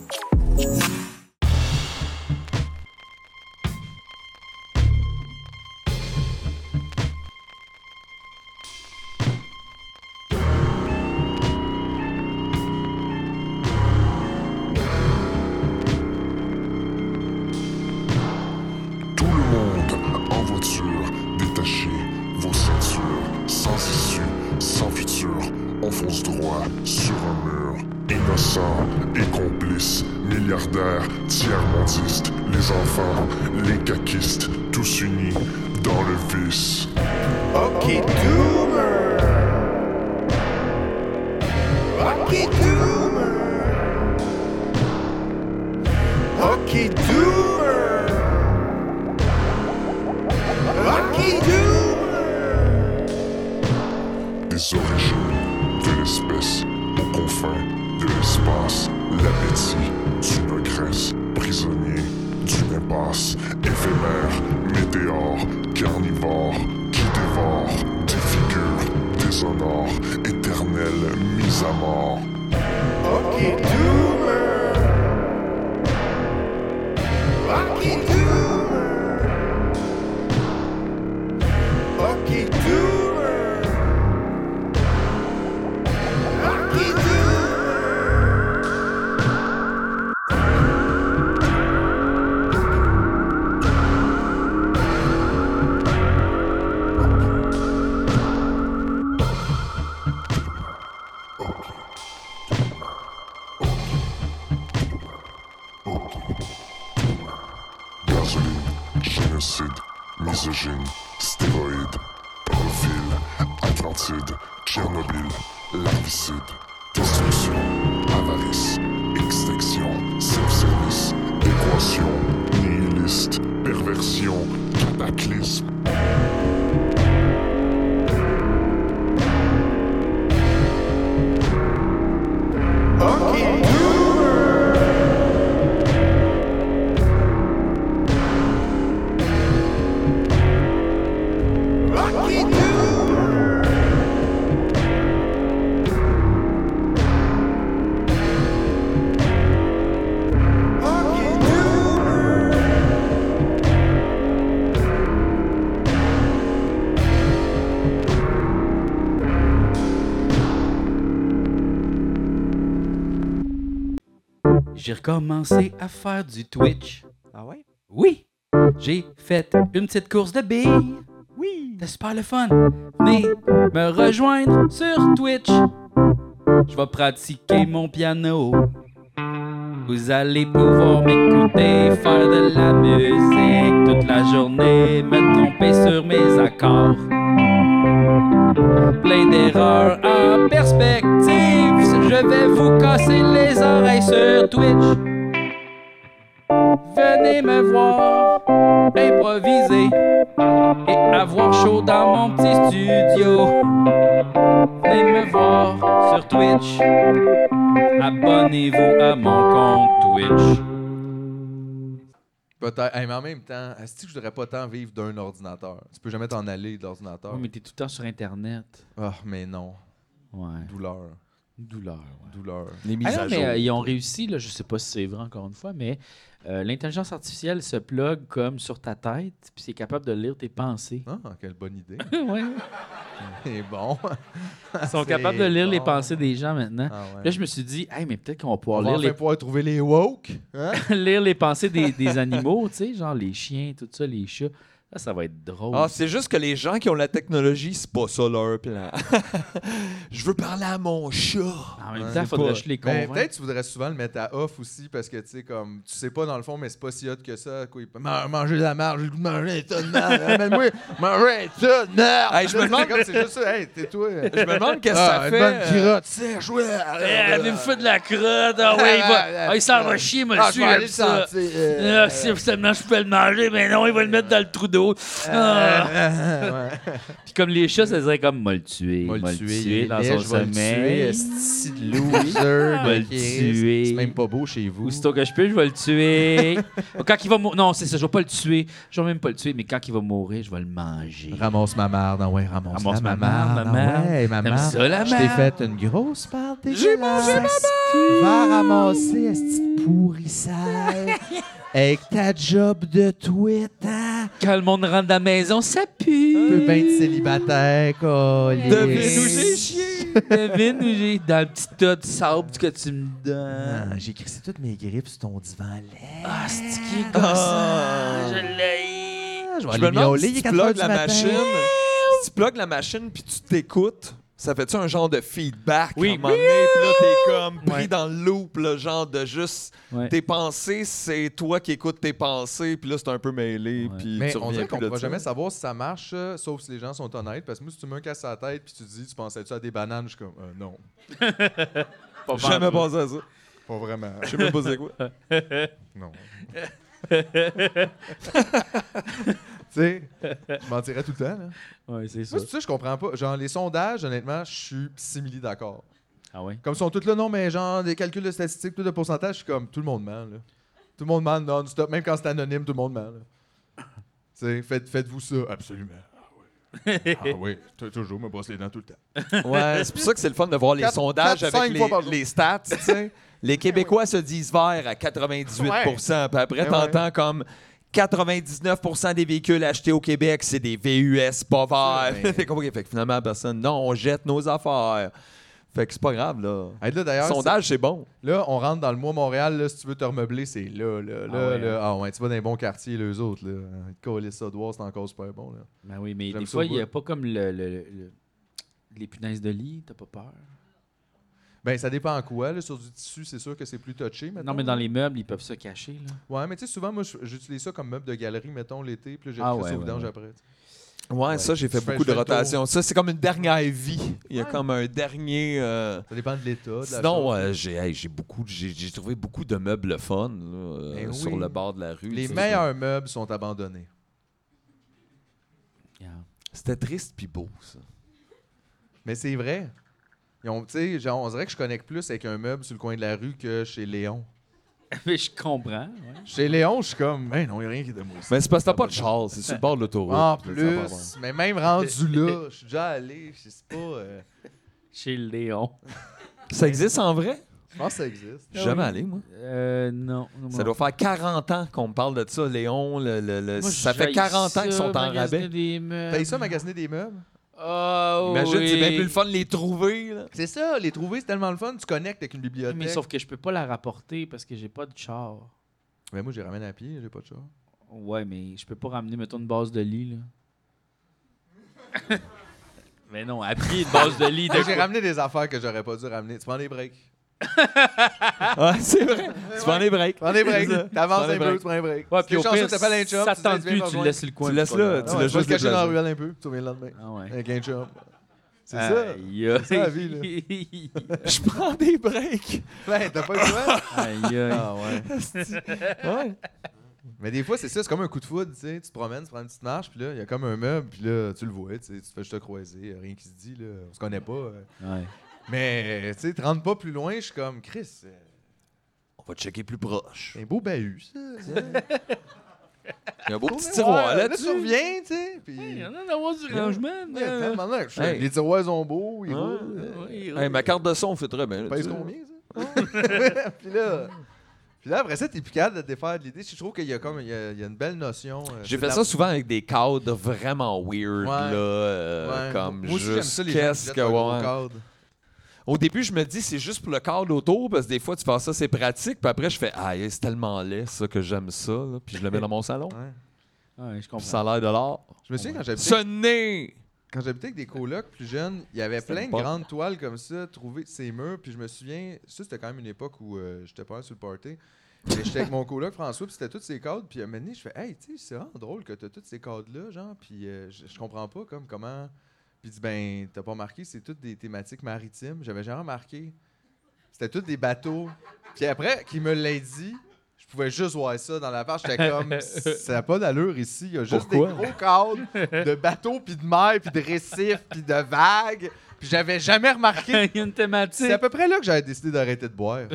sans futur, on fonce droit sur un mur. Innocents et complices, milliardaires, tiers-mondistes, les enfants, les caquistes, tous unis dans le vice.
Hockey Doomer. Hockey Doomer. Hockey Doomer. Hockey Doomer.
des origines de l'espèce aux confins de l'espace, l'appétit d'une graisse, prisonnier d'une impasse, éphémère, météore, carnivore, qui dévore, défigure, déshonore, éternelle mise à mort.
Hockey Doomer. Hockey Doomer. Hockey Doomer. Hockey Doomer.
Gasoline, génocide, misogyne, stéroïde, profil, Atlantide, Tchernobyl, larvicide, destruction, avarice, extinction, self-service, équation, nihiliste, perversion, cataclysme.
Hockey Doomer. Hockey Doomer. Hockey Doomer.
J'ai recommencé à faire du Twitch.
Ah ouais?
Oui, j'ai fait une petite course de billes.
Oui.
C'était super le fun. Venez me rejoindre sur Twitch. Je vais pratiquer mon piano. Vous allez pouvoir m'écouter faire de la musique toute la journée, me tromper sur mes accords. Plein d'erreurs en perspective, je vais vous casser les oreilles sur Twitch. Venez me voir improviser et avoir chaud dans mon petit studio. Venez me voir sur Twitch. Abonnez-vous à mon compte Twitch.
Peut-être. Hey, mais en même temps, est-ce que je voudrais pas tant vivre d'un ordinateur? Tu peux jamais t'en aller de l'ordinateur.
Oh, mais t'es tout le temps sur Internet.
Ah, mais non.
Ouais.
Douleur.
Douleur. ouais.
Douleur.
Les
Ah non, mais euh, ils ont réussi, là, je sais pas si c'est vrai encore une fois, mais euh, l'intelligence artificielle se plug comme sur ta tête, puis c'est capable de lire tes
*laughs*
pensées.
Ah, quelle bonne idée. *laughs*
Ouais.
C'est *laughs* bon.
Ils sont
C'est
capables de lire les
bon.
pensées des gens maintenant.
Ah ouais.
Là, je me suis dit, hey, mais peut-être qu'on va pouvoir
On va
lire les
enfin pouvoir trouver les woke. Hein?
lire les *laughs* pensées des, des animaux, tu sais, genre les chiens, tout ça, les chats. Là, ça va être drôle.
Ah, c'est juste que les gens qui ont la technologie, c'est pas ça leur plan. *laughs* Je veux parler à mon chat.
en même
ouais,
temps,
c'est
Ah, faudrait
pas-
que je les
Mais
convainque.
Ben, peut-être tu voudrais souvent le mettre à off aussi parce que tu sais comme tu sais pas dans le fond mais c'est pas si hot que ça quoi, il peut Man- manger de la marge, j'ai le goût de manger un tas de merde, amène-moi manger un tas de merde.
Hey, je me demande-
C'est comme c'est juste ça, hey, tais-toi.
Je me demande qu'est-ce que
Ah,
ça
une
fait.
bonne
euh,
girotte, Serge, ouais.
Eh, venez me foutre de la crotte.
*laughs*
Ah ouais, il va. Ah, il s'en va chier,
Ah, je
monsieur.
vais aller
j'aime
le
ça.
sentir. euh,
Ah, si seulement je pouvais le manger, mais non, il va le mettre dans le trou d'eau. Ah.
Euh, ouais.
Puis comme les chats, ça serait comme, moi le tuer.
Va
moi
le
le
tuer,
tuer dans
il est
son
laid, je vais le tuer,
sommeil.
esti de
*laughs*
loser.
Va le
de Christ.
tuer.
C'est même pas beau chez vous.
Aussitôt que je peux, je vais le
*laughs*
tuer. quand il va mourir. Non, c'est ça, je vais pas le tuer. Je vais même pas le tuer, mais quand il va mourir, je vais le manger.
Ramasse ma marde, ah ouais, ramasse,
Ramasse ma
la, ma marde,
marde, ma
ah ouais, ma
T'aimes
marde.
ça, la
Je t'ai
marde?
fait une grosse part J'ai mangé ma marde! Va ramasser, esti pourri sale,
*laughs*
avec ta job de Twitter.
Quand le monde rentre dans la maison, ça pue.
Peu ben de célibataire, collier.
Devine-nous des chiens.
Devine où j'ai dans le petit tas de sable que tu me donnes.
Ah, J'ai crissé toutes mes grippes sur ton divan laid.
Ah, c'est qui est
Ah.
gossant. Je l'ai.
Je vais
Je
aller
me demande
miauler, il
si
est
tu
4 heures
plugues
du
la
matin.
machine. Si tu plugues la machine puis tu t'écoutes, ça fait-tu un genre de feedback?
Oui.
À un moment donné, puis là, t'es comme pris
Ouais.
dans le loop, le genre de juste.
Ouais.
Tes pensées, c'est toi qui écoutes tes pensées, puis là, c'est un peu mêlé,
Ouais.
puis
Mais
tu
on
reviens
dirait
plus
qu'on
de
pourra
ça.
jamais savoir si ça marche, euh, sauf si les gens sont honnêtes. Parce que moi, si tu me casses la tête puis tu dis, tu pensais-tu à des bananes, je suis comme, Euh, non,
Pas
Jamais
pantoute.
pensé à ça.
pas vraiment.
Je sais même pas c'est quoi.
*laughs*
*laughs*
Non. tu sais, je mentirais tout le temps. Là.
Ouais, c'est ça.
Moi, c'est ça, je comprends pas. Genre, les sondages, honnêtement, je suis simili d'accord.
Ah ouais.
Comme ils sont tous là, non, mais genre, des calculs de statistiques, tout de pourcentage, je suis comme, tout le monde ment, là. Tout le monde ment non-stop, même quand c'est anonyme, tout le monde ment, là. Tu sais, faites, faites-vous ça. Absolument.
*laughs*
Ah oui, ah oui. T- toujours, me brosse les dents tout le temps. *laughs*
Ouais, c'est pour ça que c'est le fun de voir les
Quatre-
sondages
quatre, cinq
avec
fois par
les,
jour. Eh
les stats,
*laughs*
tu sais. Les Québécois se disent verts à 98 puis après,
Ouais.
t'entends comme 99 des véhicules achetés au Québec, c'est des VUS pas verts. *laughs*
mais-
T'es compris? Fait que finalement, la personne, non, on jette nos affaires. Fait que c'est pas grave, là.
Hey, là, d'ailleurs,
Sondage, c'est bon.
Eh c'est- là, on rentre dans le mois Montréal, là, si tu veux te remeubler, c'est là, là, là,
Ah ouais,
là. Ah ouais, tu vas dans les bons quartiers, là, eux autres, là. Ils te collent ça de voir, c'est encore super bon, là.
Ben oui, mais
J'aime
des
ça
fois,
au
il n'y a
bout.
pas comme le, le- le- les punaises de lit, t'as pas peur.
Ben, ça dépend en quoi, là. Sur du tissu, c'est sûr que c'est plus touché, maintenant.
Non, mais dans les meubles, ils peuvent se cacher. Là.
Ouais, mais tu sais, souvent, moi, je- j'utilise ça comme meuble de galerie, mettons, l'été, puis là, j'ai
Ah
pris
ouais,
ça au
ouais,
vidange
ouais.
après. tu sais.
Ouais, ça, j'ai fait
Je fais-
beaucoup
je fais
de
le tour.
rotation. Ça, c'est comme une dernière vie. Il y a comme un dernier. euh,
Ça dépend de l'état, de la
Sinon,
chose.
euh, j'ai hey, j'ai beaucoup, j'ai j'ai trouvé beaucoup de meubles fun là, euh,
Ben
sur
oui.
le bord de la rue.
Les
tu sais.
meilleurs meubles sont abandonnés.
Regarde.
C'était triste puis beau, ça.
Mais c'est vrai. Ils ont, tu sais, genre, on dirait que je connecte plus avec un meuble sur le coin de la rue que chez Léon.
*laughs* Mais je comprends. ouais.
Chez Léon, je suis comme, ben non, il n'y a rien qui est de moi.
Mais c'est parce que t'as pas de char, c'est sur le bord de l'autoroute.
En
là, ça va bien.
plus, mais même rendu là, je suis déjà allé, je sais pas. euh,
Chez Léon.
Ça existe en vrai?
je pense que ça existe.
Jamais allé, moi.
Euh, non. non,
Ça
non.
doit faire 40 ans qu'on me parle de ça, Léon. le- le- le-
Moi,
ça fait
j'haïs
40 ans qu'ils
ça,
sont en
magasiner
rabais.
des meubles.
T'as eu ça, magasiner des meubles?
Ah,
Imagine, c'est
oui.
bien plus le fun de les trouver. là.
C'est ça, les trouver, c'est tellement le fun. Tu connectes avec une bibliothèque.
Mais sauf que je peux pas la rapporter parce que j'ai pas de char.
Mais moi, je les ramène à pied, j'ai pas de char.
Ouais, mais je peux pas ramener, mettons, une base de lit, là. *laughs* mais non, à pied, une base de lit. De
J'ai
quoi?
ramené des affaires que j'aurais pas dû ramener. Tu prends des breaks.
*laughs* Ah, c'est vrai. Tu prends
*laughs*
les breaks.
Prends des
C'est ça.
breaks. T'avances
Tu
un
prends des
peu,
breaks.
tu prends un break.
Ouais,
Si
puis
t'es
au
chanceux,
pire,
t'as pas
ça
un chum,
te
tu
tente
dis, viens
plus, tu
me
le
rejoindre.
laisses sur le coin.
Tu
c'est
laisses
pas
là,
grave.
tu
Ah ouais, tu vas
l'as juste
te cacher dans la
déplacé.
ruelle un peu, tu reviens le lendemain.
Ah ouais.
Avec un chum. C'est ça.
Aïe, aïe.
C'est ça, la vie,
*laughs* Je prends des breaks.
Ouais, t'as pas le choix.
Aïe, aïe.
Ah ouais.
Ouais.
*laughs* Mais des fois, c'est ça, c'est comme un coup de foudre, tu sais. Tu te promènes, tu prends une petite marche, puis là, il y a comme un meuble, puis là, tu le vois, tu sais. Tu te fais juste te croiser, rien qui se dit, là. On se connaît pas. euh.
Ouais.
Mais, tu sais, te rentres pas plus loin, je suis comme, Chris, euh,
On va checker plus proche.
c'est un beau bahut, ça. *laughs*
Il y a un beau petit
Ouais,
tiroir
là,
là-dessus.
tu reviens, tu sais. Puis.
Il y en a d'avoir du rangement.
Ouais, attends,
là.
maintenant, je suis-
Hey.
Les tiroirs sont beaux, ils
Ouais.
roulent. euh,
Ouais,
Hey, ma carte de son fait très bien. là,
Pèse
tu sais.
combien, *laughs* ça? puis là. Puis là, après ça, t'es plus capable de te défaire de l'idée. Je trouve qu'il y a comme il y a, il y a une belle notion. euh, c'est
J'ai fait
de la-
ça souvent avec des cadres vraiment weird,
Ouais.
là, euh,
Ouais.
comme
Moi aussi, j'aime
juste
ça, les gens qui
qu'est-ce
jettent
que...
leur gros
ouais.
cadre.
Au début, je me dis, c'est juste pour le cadre autour, parce que des fois, tu penses ça, c'est pratique, puis après, je fais, ah, c'est tellement laid, ça, que j'aime ça, là. puis je le mets dans mon salon,
Ouais.
Ouais, je
puis
comprends.
ça a l'air de l'art.
Je me souviens quand j'habitais,
Ce n'est...
quand j'habitais avec des colocs plus jeunes, il y avait
C'était
plein de
une porte.
grandes toiles comme ça, trouvées de ces murs. Puis je me souviens, ça c'était quand même une époque où euh, j'étais pas mal sur le party. Mais j'étais
*laughs*
avec mon coloc François, puis c'était toutes ces cadres. Puis à un moment donné, je fais, hey, tu sais, c'est vraiment drôle que t'as toutes ces cadres-là, genre. Puis euh, je je comprends pas comme comment. Puis il dit, ben, t'as pas marqué, c'est toutes des thématiques maritimes. J'avais jamais marqué. C'était toutes des bateaux. Puis après, qu'il me l'a dit, je pouvais juste voir ça dans la part. J'étais
*laughs*
comme, ça n'a pas d'allure ici. Il y a juste
Pourquoi?
des gros cadres de bateaux, puis de mer, puis de récifs, puis de vagues. Puis j'avais jamais remarqué.
Il y a une
C'est à
thématique.
peu près là que j'avais décidé d'arrêter de
*laughs*
boire.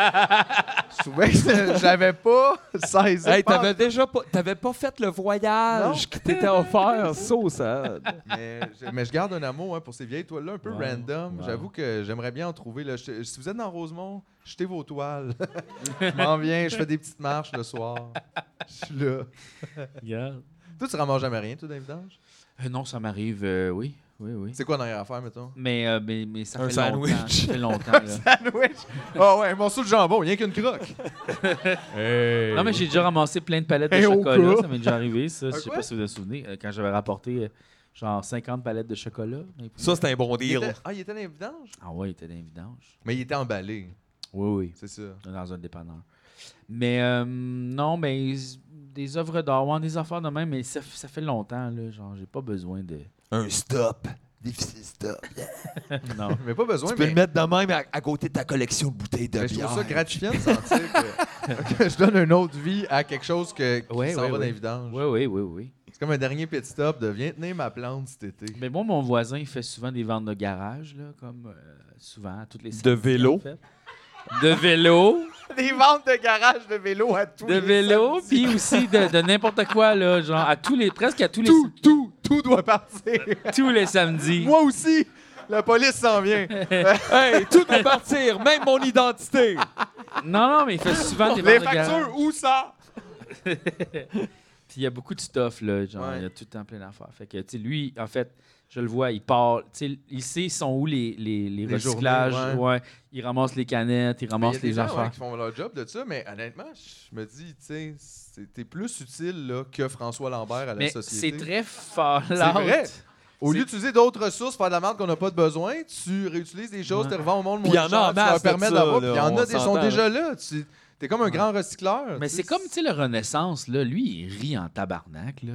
je trouvais que j'avais pas 16 ans.
Hey, t'avais déjà pas... T'avais pas fait le voyage qui
*laughs*
t'était offert, ça, ça...
mais, je, mais je garde un amour hein, pour ces vieilles toiles-là, un peu
Wow,
random.
wow.
J'avoue que j'aimerais bien en trouver. là. Je- si vous êtes dans Rosemont, jetez vos *laughs* toiles. je m'en viens, je fais des petites marches le soir. Je suis là.
Regarde.
Toi, tu ramasses jamais rien, toi, dans les vidanges?
Euh, non, ça m'arrive, euh, oui. Oui, oui.
C'est quoi dans à faire, mettons?
Mais, euh, mais, mais ça
Un
fait longtemps.
sandwich.
Ça fait longtemps, là.
Sandwich! Ah ouais, un morceau de jambon, rien qu'une croque.
Non, mais j'ai déjà ramassé plein de palettes de
Hey, au
chocolat.
cas.
Ça m'est déjà arrivé, ça. Je sais
quoi?
pas si vous vous souvenez. euh, Quand j'avais rapporté euh, genre 50 palettes de chocolat. mais pour-
Ça, c'est un bon
Il
deal.
était- Ah, il était dans les vidanges?
Ah ouais, il était dans les vidanges.
Mais il était emballé,
Oui, oui.
c'est ça.
dans un dépanneur. Mais euh, non, mais des œuvres d'art, ouais, des affaires de même, mais ça, ça fait longtemps, là. Genre, j'ai pas besoin de.
Un stop. Difficile stop.
Non.
Mais pas besoin,
tu peux
mais...
le mettre de même à, à côté de ta collection de bouteilles de
mais je
bière.
trouve ça gratifiant de sentir que, *laughs* que je donne une autre vie à quelque chose que, qui
Ouais,
s'en
ouais,
va dans
*laughs* ouais.
les vidanges.
Oui, oui, oui, oui.
C'est comme un dernier pit stop de « Viens tenir ma plante cet été
Mais moi, mon voisin, il fait souvent des ventes de garage, là, comme euh, souvent, toutes les
De vélo.
en fait. De vélo. ».
Des ventes de garage de vélo à tout.
de vélo, puis aussi de, de n'importe quoi, là. Genre, à tous les, presque à tous les,
Tout, tout, tout doit partir.
tous les samedis.
Moi aussi, la police s'en vient.
Hey, tout peut partir, même mon
*laughs*
identité.
Non, non, mais il fait souvent des ventes
Les
de garage.
factures, où ça?
Puis il y a beaucoup de stuff, là. Genre,
Ouais.
il y a tout le temps plein d'affaires. Fait que, tu sais, lui, en fait, je le vois, il part. Tu sais, il sait sont où les, les, les,
Les
recyclages.
journées, ouais.
ouais. Il ramasse les canettes, il
Mais Il y a
ramasse
des
les
gens ouais,
affaires.
qui font leur job de ça, mais honnêtement, je me dis, tu sais, c'est- t'es plus utile là, que François Lambert à la
mais c'est
société.
très fort,
vrai. Au
c'est-
lieu d'utiliser d'autres ressources, faire de la merde qu'on n'a pas de besoin, tu réutilises des choses,
Ouais.
tu revends au monde
Puis
moins
y en a
cher,
en
tu
masse
leur
de
permets
ça,
d'avoir.
là,
Puis il y en
on
a des sont
s'entend,
déjà là. Tu es comme un grand recycleur.
Mais
tu
c'est
sais,
comme, tu sais, le Renaissance, là, lui, il rit en tabarnak, là. Tu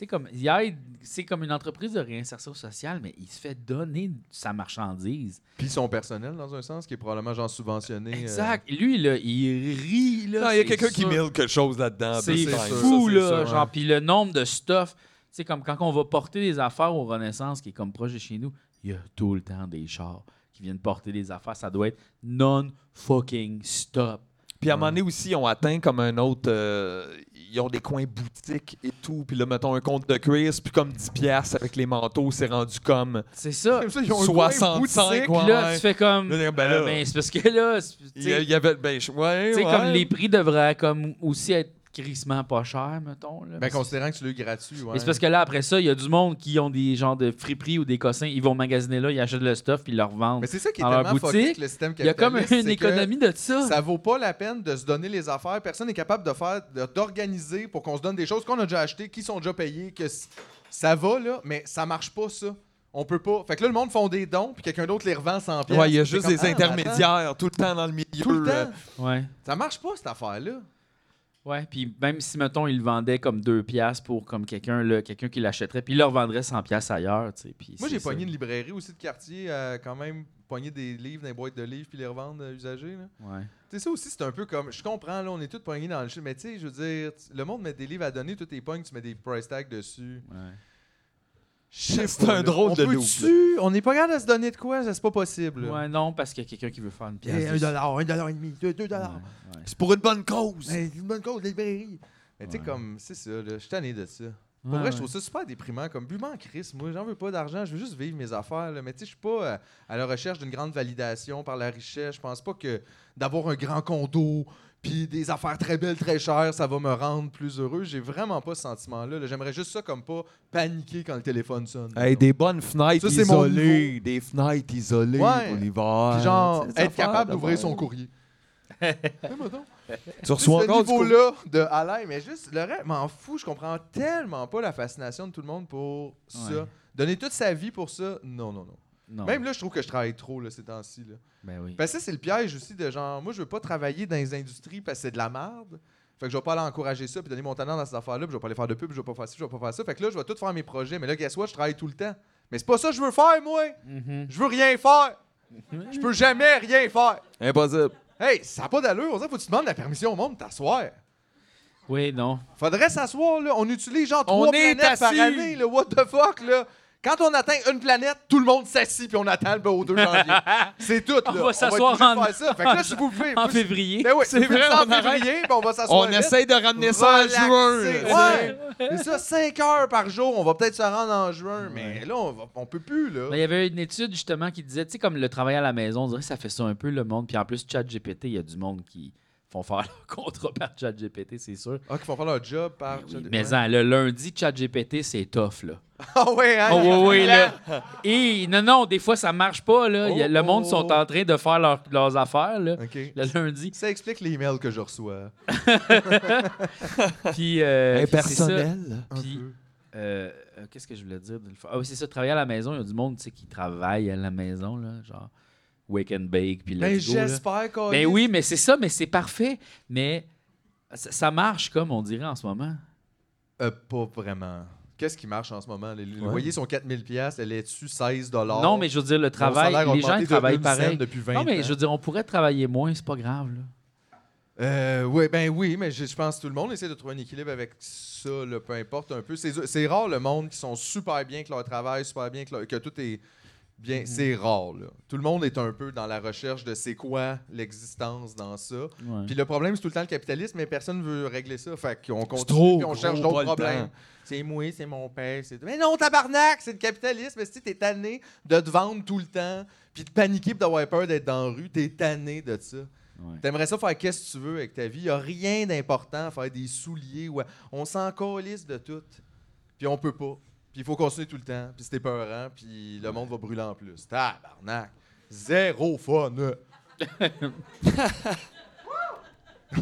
sais, comme, il aide- c'est comme une entreprise de réinsertion sociale, mais il se fait donner sa marchandise.
Puis son personnel, dans un sens, qui est probablement genre subventionné. euh,
Exact. Lui, là, il rit, là.
Non, il y a
c'est
quelqu'un qui
sûr.
mille quelque chose là-dedans.
C'est
big time.
sûr.
fou,
ça, Ah, ben, c'est
là.
sûr, ouais.
Genre, puis le nombre de stuff, tu sais, comme quand on va porter des affaires au Renaissance, qui est comme proche de chez nous, il y a tout le temps des chars qui viennent porter des affaires. Ça doit être non-fucking stop.
Puis à un moment donné aussi, ils ont atteint comme un autre. euh, ils ont des coins boutiques et tout. Puis là, mettons un compte de cuir, puis comme 10$ piastres avec les manteaux, c'est rendu comme.
C'est ça.
Comme ça, ils ont un coin
65
boutique.
Puis là, tu fais
Mm.
comme.
Là, ben là.
euh, ben, c'est parce que là, c'est- tu
Il y a-
sais,
il y avait. Ben, je- ouais,
tu sais,
ouais.
comme les prix devraient comme aussi être crissement pas chers, mettons. Là,
Ben,
Parce-
considérant que tu l'as eu gratuit. Ouais.
Mais c'est parce que là, après ça, il y a du monde qui ont des genres de friperies ou des cossins. Ils vont magasiner là, ils achètent le stuff, puis ils le revendent.
Mais c'est ça qui est
dans leur
tellement fucké
boutique,
avec le système
Il y a comme
capitaliste,
une
c'est que
économie hein. de ça.
Ça vaut pas la peine de se donner les affaires. Personne n'est capable de faire, de- d'organiser pour qu'on se donne des choses qu'on a déjà achetées, qui sont déjà payées, que s- ça va là, mais ça marche pas ça. On peut pas. Fait que là, le monde font des dons, puis quelqu'un d'autre les revend sans pièces.
Ouais, il y a
T'es
juste
comme,
des
Ah, mais
intermédiaires tout le temps dans le milieu.
attends, Tout le
euh,
temps.
Ouais.
Ça marche pas cette affaire là.
Ouais, puis même si, mettons, il le vendait comme 2 piastres pour comme quelqu'un là, quelqu'un qui l'achèterait, puis il le revendrait 100 piastres ailleurs, tu sais. puis
Moi,
c'est
j'ai
ça.
pogné une librairie aussi de quartier, euh, quand même, pogné des livres dans les boîtes de livres puis les revendre euh, usagés. Là.
Ouais.
Tu sais, ça aussi, c'est un peu comme. Je comprends, là, on est tous pognés dans le shit, mais tu sais, je veux dire, tu- le monde met des livres à donner, tout est pognes, tu mets des price tags dessus.
ouais.
Je sais
C'est
pas,
un
là.
drôle
on
de
peut
loup,
dessus, On n'est pas capable à se donner de quoi, ça, c'est pas possible. là.
Ouais, non, parce qu'il y a quelqu'un qui veut faire une pièce.
Eh, un dollar, un dollar et demi, deux, deux dollars.
Ouais,
C'est pour une bonne cause.
Eh, une bonne cause, librairie. Mais tu sais,
Ouais.
comme, c'est ça, là, je suis tanné de ça. Pour
Ouais,
vrai, je
ouais.
trouve ça super déprimant. Comme, bu en crise, moi, j'en veux pas d'argent, je veux juste vivre mes affaires. là. Mais tu sais, je suis pas euh, à la recherche d'une grande validation par la richesse. Je pense pas que d'avoir un grand condo puis des affaires très belles, très chères, ça va me rendre plus heureux. J'ai vraiment pas ce sentiment-là. là. J'aimerais juste ça comme pas paniquer quand le téléphone sonne.
Hey, des bonnes
Ça,
fenêtres
c'est mon
isolées. Des fenêtres isolées
Ouais.
pour l'hiver.
Puis genre,
Tu sais,
être
ça
capable
fait,
d'ouvrir
d'abord.
son courrier. Fais-moi donc.
Tu
Tu sais,
reçois
ce
encore du courrier.
niveau-là de Alain, mais juste le reste, m'en fous, je comprends tellement pas la fascination de tout le monde pour ça.
Ouais.
Donner toute sa vie pour ça, non, non, non.
Non.
Même là, je trouve que je travaille trop là, ces temps-ci. Là.
Ben oui.
Parce que ça, c'est le piège aussi de genre, moi, je veux pas travailler dans les industries parce que c'est de la merde. Fait que je vais pas aller encourager ça, puis donner mon talent dans cette affaire-là, puis je vais pas aller faire de pub, puis je vais pas faire ci, je vais pas faire ça. Fait que là, je vais tout faire mes projets, mais là, guess what, je travaille tout le temps. Mais c'est pas ça que je veux faire, moi!
Mhm.
Je veux rien
*laughs*
faire! Je peux jamais rien faire!
Impossible.
Hey, ça n'a pas d'allure, on dirait faut que tu demandes la permission au monde de t'asseoir.
Oui,
*laughs*
non.
Faudrait s'asseoir, là. On utilise genre
On
trois
est
planètes par
assis.
année, là. What the fuck, là. Quand on atteint une planète, tout le monde s'assit puis on attend le beau
*laughs*
2 janvier. C'est tout, là.
va
être
s'asseoir
obligé de
en-
faire ça. Fait que là, si vous pouvez...
En
vous-
février.
Ben oui,
C'est
si vous
vrai,
faites ça
on
en février, ben on va s'asseoir
On
vite.
essaye de ramener ça en
Relaxer.
juin.
Ouais. C'est ça, 5 heures par jour. On va peut-être se rendre en juin, mais là, on, va- on peut plus, là.
Ben, Il y avait une étude justement qui disait, tu sais, comme le travail à la maison, on dirait que ça fait ça un peu le monde. Puis en plus, ChatGPT, il y a du monde qui font faire *laughs* leur contrat par ChatGPT, c'est sûr.
Ah, qu'ils font faire leur job par...
Mais, oui, mais en, le lundi, ChatGPT, c'est tough, là.
*laughs* Ah ouais, hein?
Oh, oui, oui,
*laughs*
là. Et non, non, des fois, ça marche pas, là. Il y a- le
Oh,
monde
oh,
sont
oh.
en train de faire leur- leurs affaires, là,
OK.
le lundi.
Ça explique les emails que je reçois.
Puis, euh, puis c'est ça.
*laughs*
Impersonnel.
Un
Puis,
peu.
euh, euh, qu'est-ce que je voulais dire? de le faire? Ah oui, c'est ça, travailler à la maison. Il y a du monde tu sais, qui travaille à la maison, là, genre wake and bake, puis
Ben,
let's go. là.
j'espère qu'on.
Ben oui, mais c'est ça, mais c'est parfait. Mais ça, ça marche comme on dirait en ce moment.
Euh, pas vraiment. Qu'est-ce qui marche en ce moment? Les les loyers sont 4000 pièces, elle est dessus 16 dollars.
non, mais je veux dire, le travail, les gens ils travaillent pareil.
depuis 20
Non, mais
ans.
je veux dire, on pourrait travailler moins, c'est pas grave. là.
Euh, ouais, ben oui, mais je, je pense que tout le monde essaie de trouver un équilibre avec ça, là, peu importe un peu. C'est c'est rare le monde qui sont super bien que leur travail, super bien que, leur- que tout est
Mm-hmm.
bien. C'est rare, là. Tout le monde est un peu dans la recherche de c'est quoi l'existence dans ça.
Ouais.
Puis le problème, c'est tout le temps le capitalisme, mais personne ne veut régler ça. Fait qu'on continue,
trop
puis on
gros,
cherche
pas
d'autres
le
problèmes.
temps.
C'est moi, c'est mon père. c'est Mais non, tabarnak, c'est le capitalisme. Si t'es tanné de te vendre tout le temps, puis de paniquer, puis d'avoir peur d'être dans la rue, t'es tanné de ça.
Ouais.
T'aimerais ça faire qu'est-ce que tu veux avec ta vie. Il a rien d'important à faire des souliers. ou à- On s'en calisse de tout. Puis on peut pas. Puis il faut continuer tout le temps. Puis c'était peurant. Puis le monde va brûler en plus. Tabarnak. Zéro
*laughs*
fun. *laughs*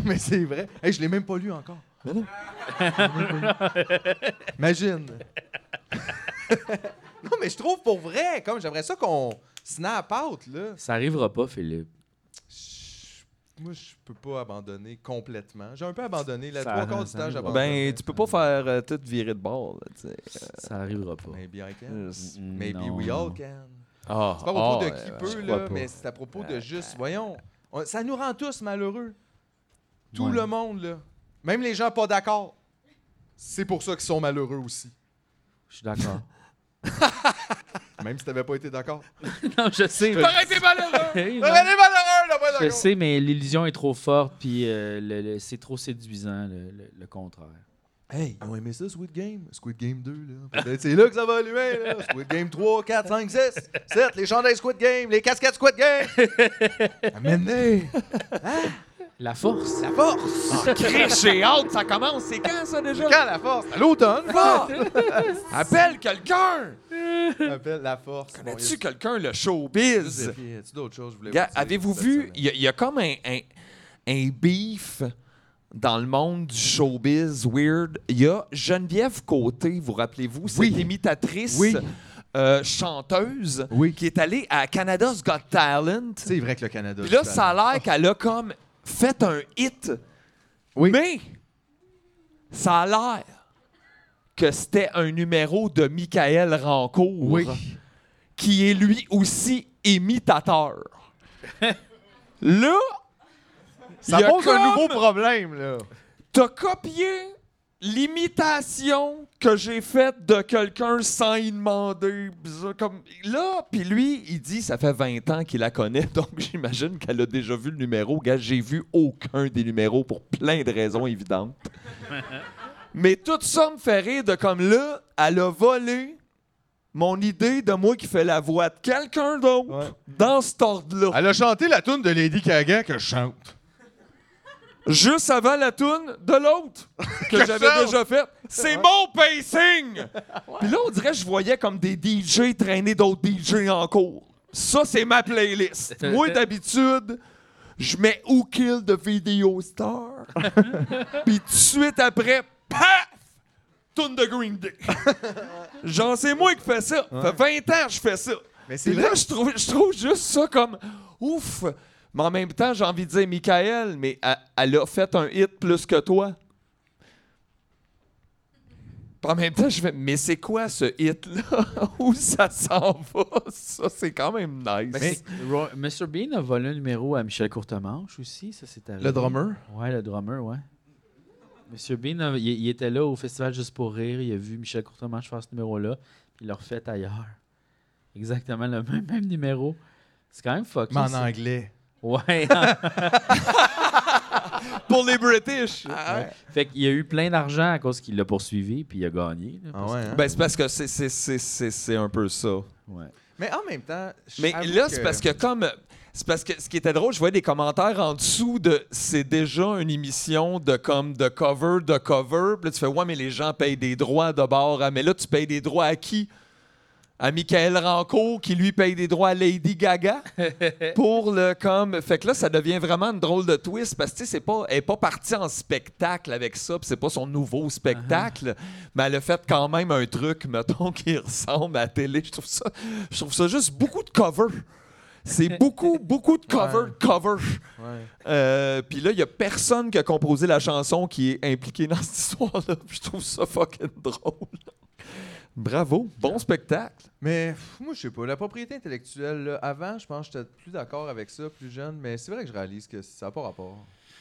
Mais c'est vrai. Hey, je l'ai même pas lu encore. Imagine. *laughs* non, mais je trouve pour vrai. Comme j'aimerais ça qu'on snap out, là.
Ça arrivera pas, Philippe.
Je- Moi, je peux pas abandonner complètement. J'ai un peu abandonné. La
Ça
trois quarts du
ça
temps,
arrive.
j'abandonne.
Ben, tu peux pas faire euh, tout virer de bord, là, tu sais.
Ça arrivera pas.
Maybe I can.
Euh,
Euh, Maybe
Non,
we all
non.
can.
Ah,
C'est pas à propos
ah,
de qui
ouais,
peut,
je
là,
crois pas. Ah,
mais c'est à propos de juste, voyons, on- ça nous rend tous malheureux. Tout
Ouais.
le monde, là. Même les gens pas d'accord. C'est pour ça qu'ils sont malheureux aussi.
Je suis d'accord.
Même si t'avais pas été
*laughs*
d'accord.
*laughs* non, je sais. mais-
T'aurais été malheureux!
*laughs* Hey, non.
T'aurais été malheureux, là, pas
Je
d'accord.
sais, mais l'illusion est trop forte, puis euh, le- le- c'est trop séduisant, le, le- le contraire.
Hey,
Ah.
ils ont aimé ça, Squid Game? Squid Game 2, là. Peut-être c'est là que ça va allumer, là.
*laughs*
Squid Game 3, 4, 5, 6, 7, les chandelles Squid Game, les casquettes Squid
*laughs*
Game. Amenez
La force.
la force.
Crèche et Ah, hâte, ça commence, c'est quand ça déjà?
Quand la force? À l'automne,
Ah!
*laughs*
Appelle quelqu'un!
Appelle la force. Bon, il y a-
Connais-tu quelqu'un le
Juste
showbiz?
vérifier, y a-tu d'autres choses que je voulais vous
Gars,
dire
avez-vous
cette
vu,
semaine?
il y, a- il y a comme un, un, un beef dans le monde du showbiz weird. Il y a Geneviève Côté, vous rappelez-vous, cette
Oui.
imitatrice
Oui.
euh, chanteuse
Oui.
qui est allée à Canada's Got Talent.
C'est vrai que le Canada.
Puis là,
c'est
ça a l'air qu'elle a comme fait un hit.
Oui.
Mais ça a l'air que c'était un numéro de Michael Rancourt,
Oui.
qui est lui aussi
*laughs*
imitateur. là, il y
Ça
a
pose
comme-
un
*laughs*
nouveau problème, là.
T'as copié l'imitation que j'ai faite de quelqu'un sans y demander. bizarre, Comme... Là, puis lui, il dit ça fait 20 ans qu'il la connaît, *laughs* donc j'imagine qu'elle a déjà vu le numéro. Gars, j'ai vu aucun des numéros pour plein de raisons évidentes. Mais tout ça me fait rire de comme là, elle a volé mon idée de moi qui fais la voix de quelqu'un d'autre dans cet ordre-là.
Elle a chanté la tune de Lady Gaga que je chante.
juste avant la toune de l'autre que, j'avais
chante.
déjà faite. C'est mon pacing! Puis là, on dirait que je voyais comme des DJ traîner d'autres DJ en cours. Ça, c'est ma playlist. Moi, d'habitude, je mets Who Kill de Video Star. Puis tout de suite après, paf! Toune de Green Day. *laughs* Genre, c'est moi qui fais ça. Ça fait 20 ans que je fais ça.
Mais c'est
Puis là,
vrai.
je trouve, je trouve juste ça comme ouf. Mais en même temps, j'ai envie de dire, Michael, mais elle, elle a fait un hit plus que toi. Puis en même temps, je fais, mais c'est quoi ce hit-là? *laughs* Où ça s'en va? Ça, c'est quand même nice.
Mais Ben, Ro- Mr. Bean a volé un numéro à Michel Courtemanche aussi, ça c'est arrivé.
Le drummer.
Ouais, le drummer, ouais. Mr. Bean, euh, il, il était là au festival Juste pour rire, il a vu Michel Courtemanche faire ce numéro-là, puis il l'a refait ailleurs. Exactement le même, même numéro. C'est quand même fucké.
Mais en
ça.
anglais.
Ouais.
pour les British!
fait qu'il a eu plein d'argent à cause qu'il l'a poursuivi, puis il a gagné. là, parce
ouais, hein?
Ben, c'est parce que c'est- c'est- c'est c'est- c'est un peu ça.
que- ouais.
Mais en même temps. je
Mais
avoue
là, c'est parce que comme. C'est parce que ce qui était drôle, je voyais des commentaires en dessous de c'est déjà une émission de comme de cover, de cover. Puis là, tu fais Ouais, mais les gens payent des droits de bord. Ah, Mais là, tu payes des droits à qui? à Michael Rancourt qui lui paye des droits à Lady Gaga pour le comme fait que là ça devient vraiment une drôle de twist parce que tu sais, c'est pas elle est pas partie en spectacle avec ça, puis c'est pas son nouveau spectacle, mais elle a fait quand même un truc mettons *laughs* qui ressemble à la télé, je trouve ça je trouve ça juste beaucoup de cover. C'est beaucoup beaucoup de cover, de cover.
Ouais.
Euh, Puis là, il n'y a personne qui a composé la chanson qui est impliquée dans cette histoire-là. Puis je trouve ça fucking drôle. Bravo, bon spectacle.
Mais pff, moi, je sais pas. La propriété intellectuelle, là, avant, je pense que j'étais plus d'accord avec ça, plus jeune, mais c'est vrai que je réalise que ça n'a pas rapport.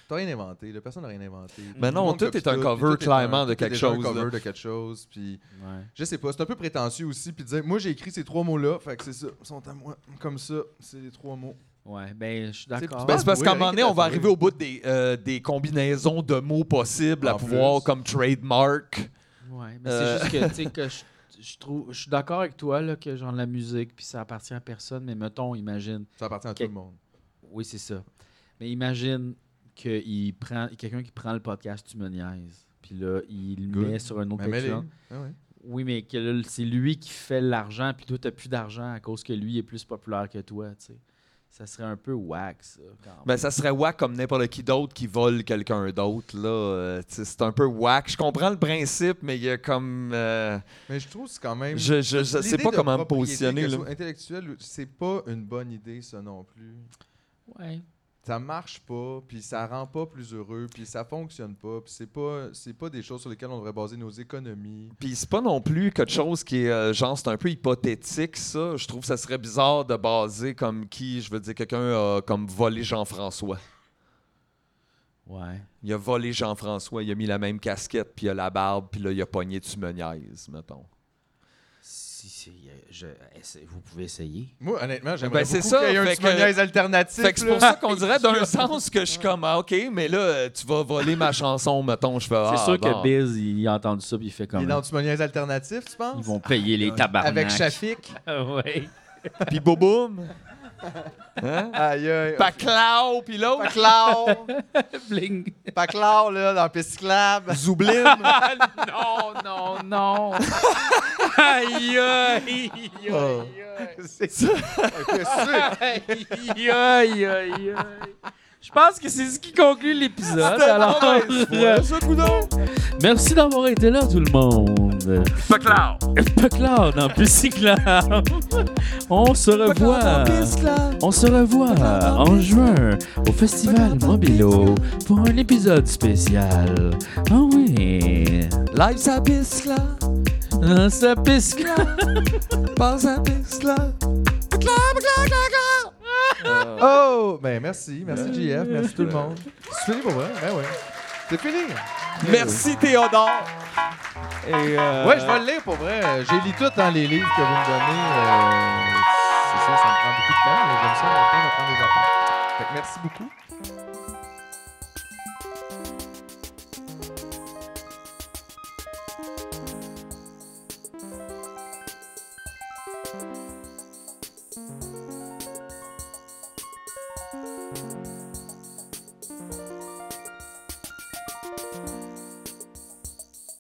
T'as rien inventé, là, personne n'a rien inventé.
Mais Ben non,
le monde
tout
copie
est un
puis
cover,
tout est
clairement,
un- tout
de
est
quelque
déjà un
chose,
cover
là.
de quelque chose, puis
Ouais.
je sais pas, c'est un peu prétentieux aussi, puis de dire, moi, j'ai écrit ces trois mots-là, fait que c'est ça, ils sont à moi, comme ça, c'est les trois mots.
Ouais, ben je suis
Ah,
d'accord.
Ben, c'est parce
oui,
qu'à un
rien
moment donné,
qui est
on va
avoué.
arriver au bout des, euh, des combinaisons de mots possibles à
En
pouvoir
plus.
comme trademark.
Ouais, mais
Euh.
c'est juste que, tu sais, que je, je trouve, je suis d'accord avec toi, là, que genre la musique, puis ça appartient à personne, mais mettons, imagine.
Ça appartient à
Quel-
tout le monde.
Oui, c'est ça. Mais imagine que il prend, quelqu'un qui prend le podcast, tu me niaises, puis là, il le
Good.
met sur un autre
Mais mêlée.
podcast.
Ah ouais.
Oui, mais que là, c'est lui qui fait l'argent, puis toi, t'as plus d'argent à cause que lui est plus populaire que toi, tu sais. Ça serait un peu whack, ça, quand même.
Ben, ça serait whack comme n'importe qui d'autre qui vole quelqu'un d'autre. là. Euh, tu sais, c'est un peu whack. Je comprends le principe, mais il y a comme. euh,
Mais je trouve que c'est quand même...
je je, je sais
L'idée
pas
de
comment me
propriété,
positionner.
qu'elle
là.
soit Intellectuelle, c'est pas une bonne idée, ça non plus.
Ouais.
ça marche pas, puis ça rend pas plus heureux, puis ça fonctionne pas, puis c'est pas c'est pas des choses sur lesquelles on devrait baser nos économies.
Puis c'est pas non plus quelque chose qui est euh, genre c'est un peu hypothétique ça. Je trouve que ça serait bizarre de baser comme qui, je veux dire quelqu'un a comme volé Jean-François.
Ouais.
Il a volé Jean-François, il a mis la même casquette, puis il a la barbe, puis là il a pogné tu me niaises, mettons.
Si, si, euh, je, essa- vous pouvez essayer.
Moi honnêtement, j'aimerais
Ben, c'est
beaucoup
ça,
qu'il y ait un
fait
petit
que-
moniaise alternatif.
Fait que c'est
là.
pour ça qu'on dirait *laughs* d'un sens que je suis comme ah, OK, mais là euh, tu vas voler ma chanson, mettons, je fais ah,
c'est sûr
bon.
que Biz, il a entendu ça, puis il fait
Il est
comme.
dans du moniaise alternatif, tu penses
Ils vont payer les tabarnak.
Avec Shafik.
*laughs* ouais.
puis boum. Hein?
Aïe aïe.
Paclao, puis l'autre
Paclao,
Bling.
Paclao là dans la piste cyclable.
Zoublim.
Ah, non, non, non. aïe, aïe, aïe,
Oh. C'est ça. Qu'est-ce que
aïe, aïe, aïe, aïe. Je pense que c'est ce qui conclut l'épisode. Alors, merci d'avoir été là, tout le monde. Peclard dans Pisciclard. On se revoit. On se revoit en juin au Festival Mobilo pour un épisode spécial. Ah oui,
Life's a bisque là,
dans sa piscine.
pas un bisque là. Paclao, paclao, paclao.
c'est? Oh, ben merci, merci JF, merci tout le monde. C'est fini pour vrai? Ben ouais. C'est fini.
Merci Théodore. Et euh,
Ouais, je vais le lire pour vrai. Euh, J'ai lu tout dans les livres que vous me donnez. Euh, c'est ça, ça me prend beaucoup de temps, mais j'aime ça, on a le temps d'apprendre des affaires. Fait que merci beaucoup.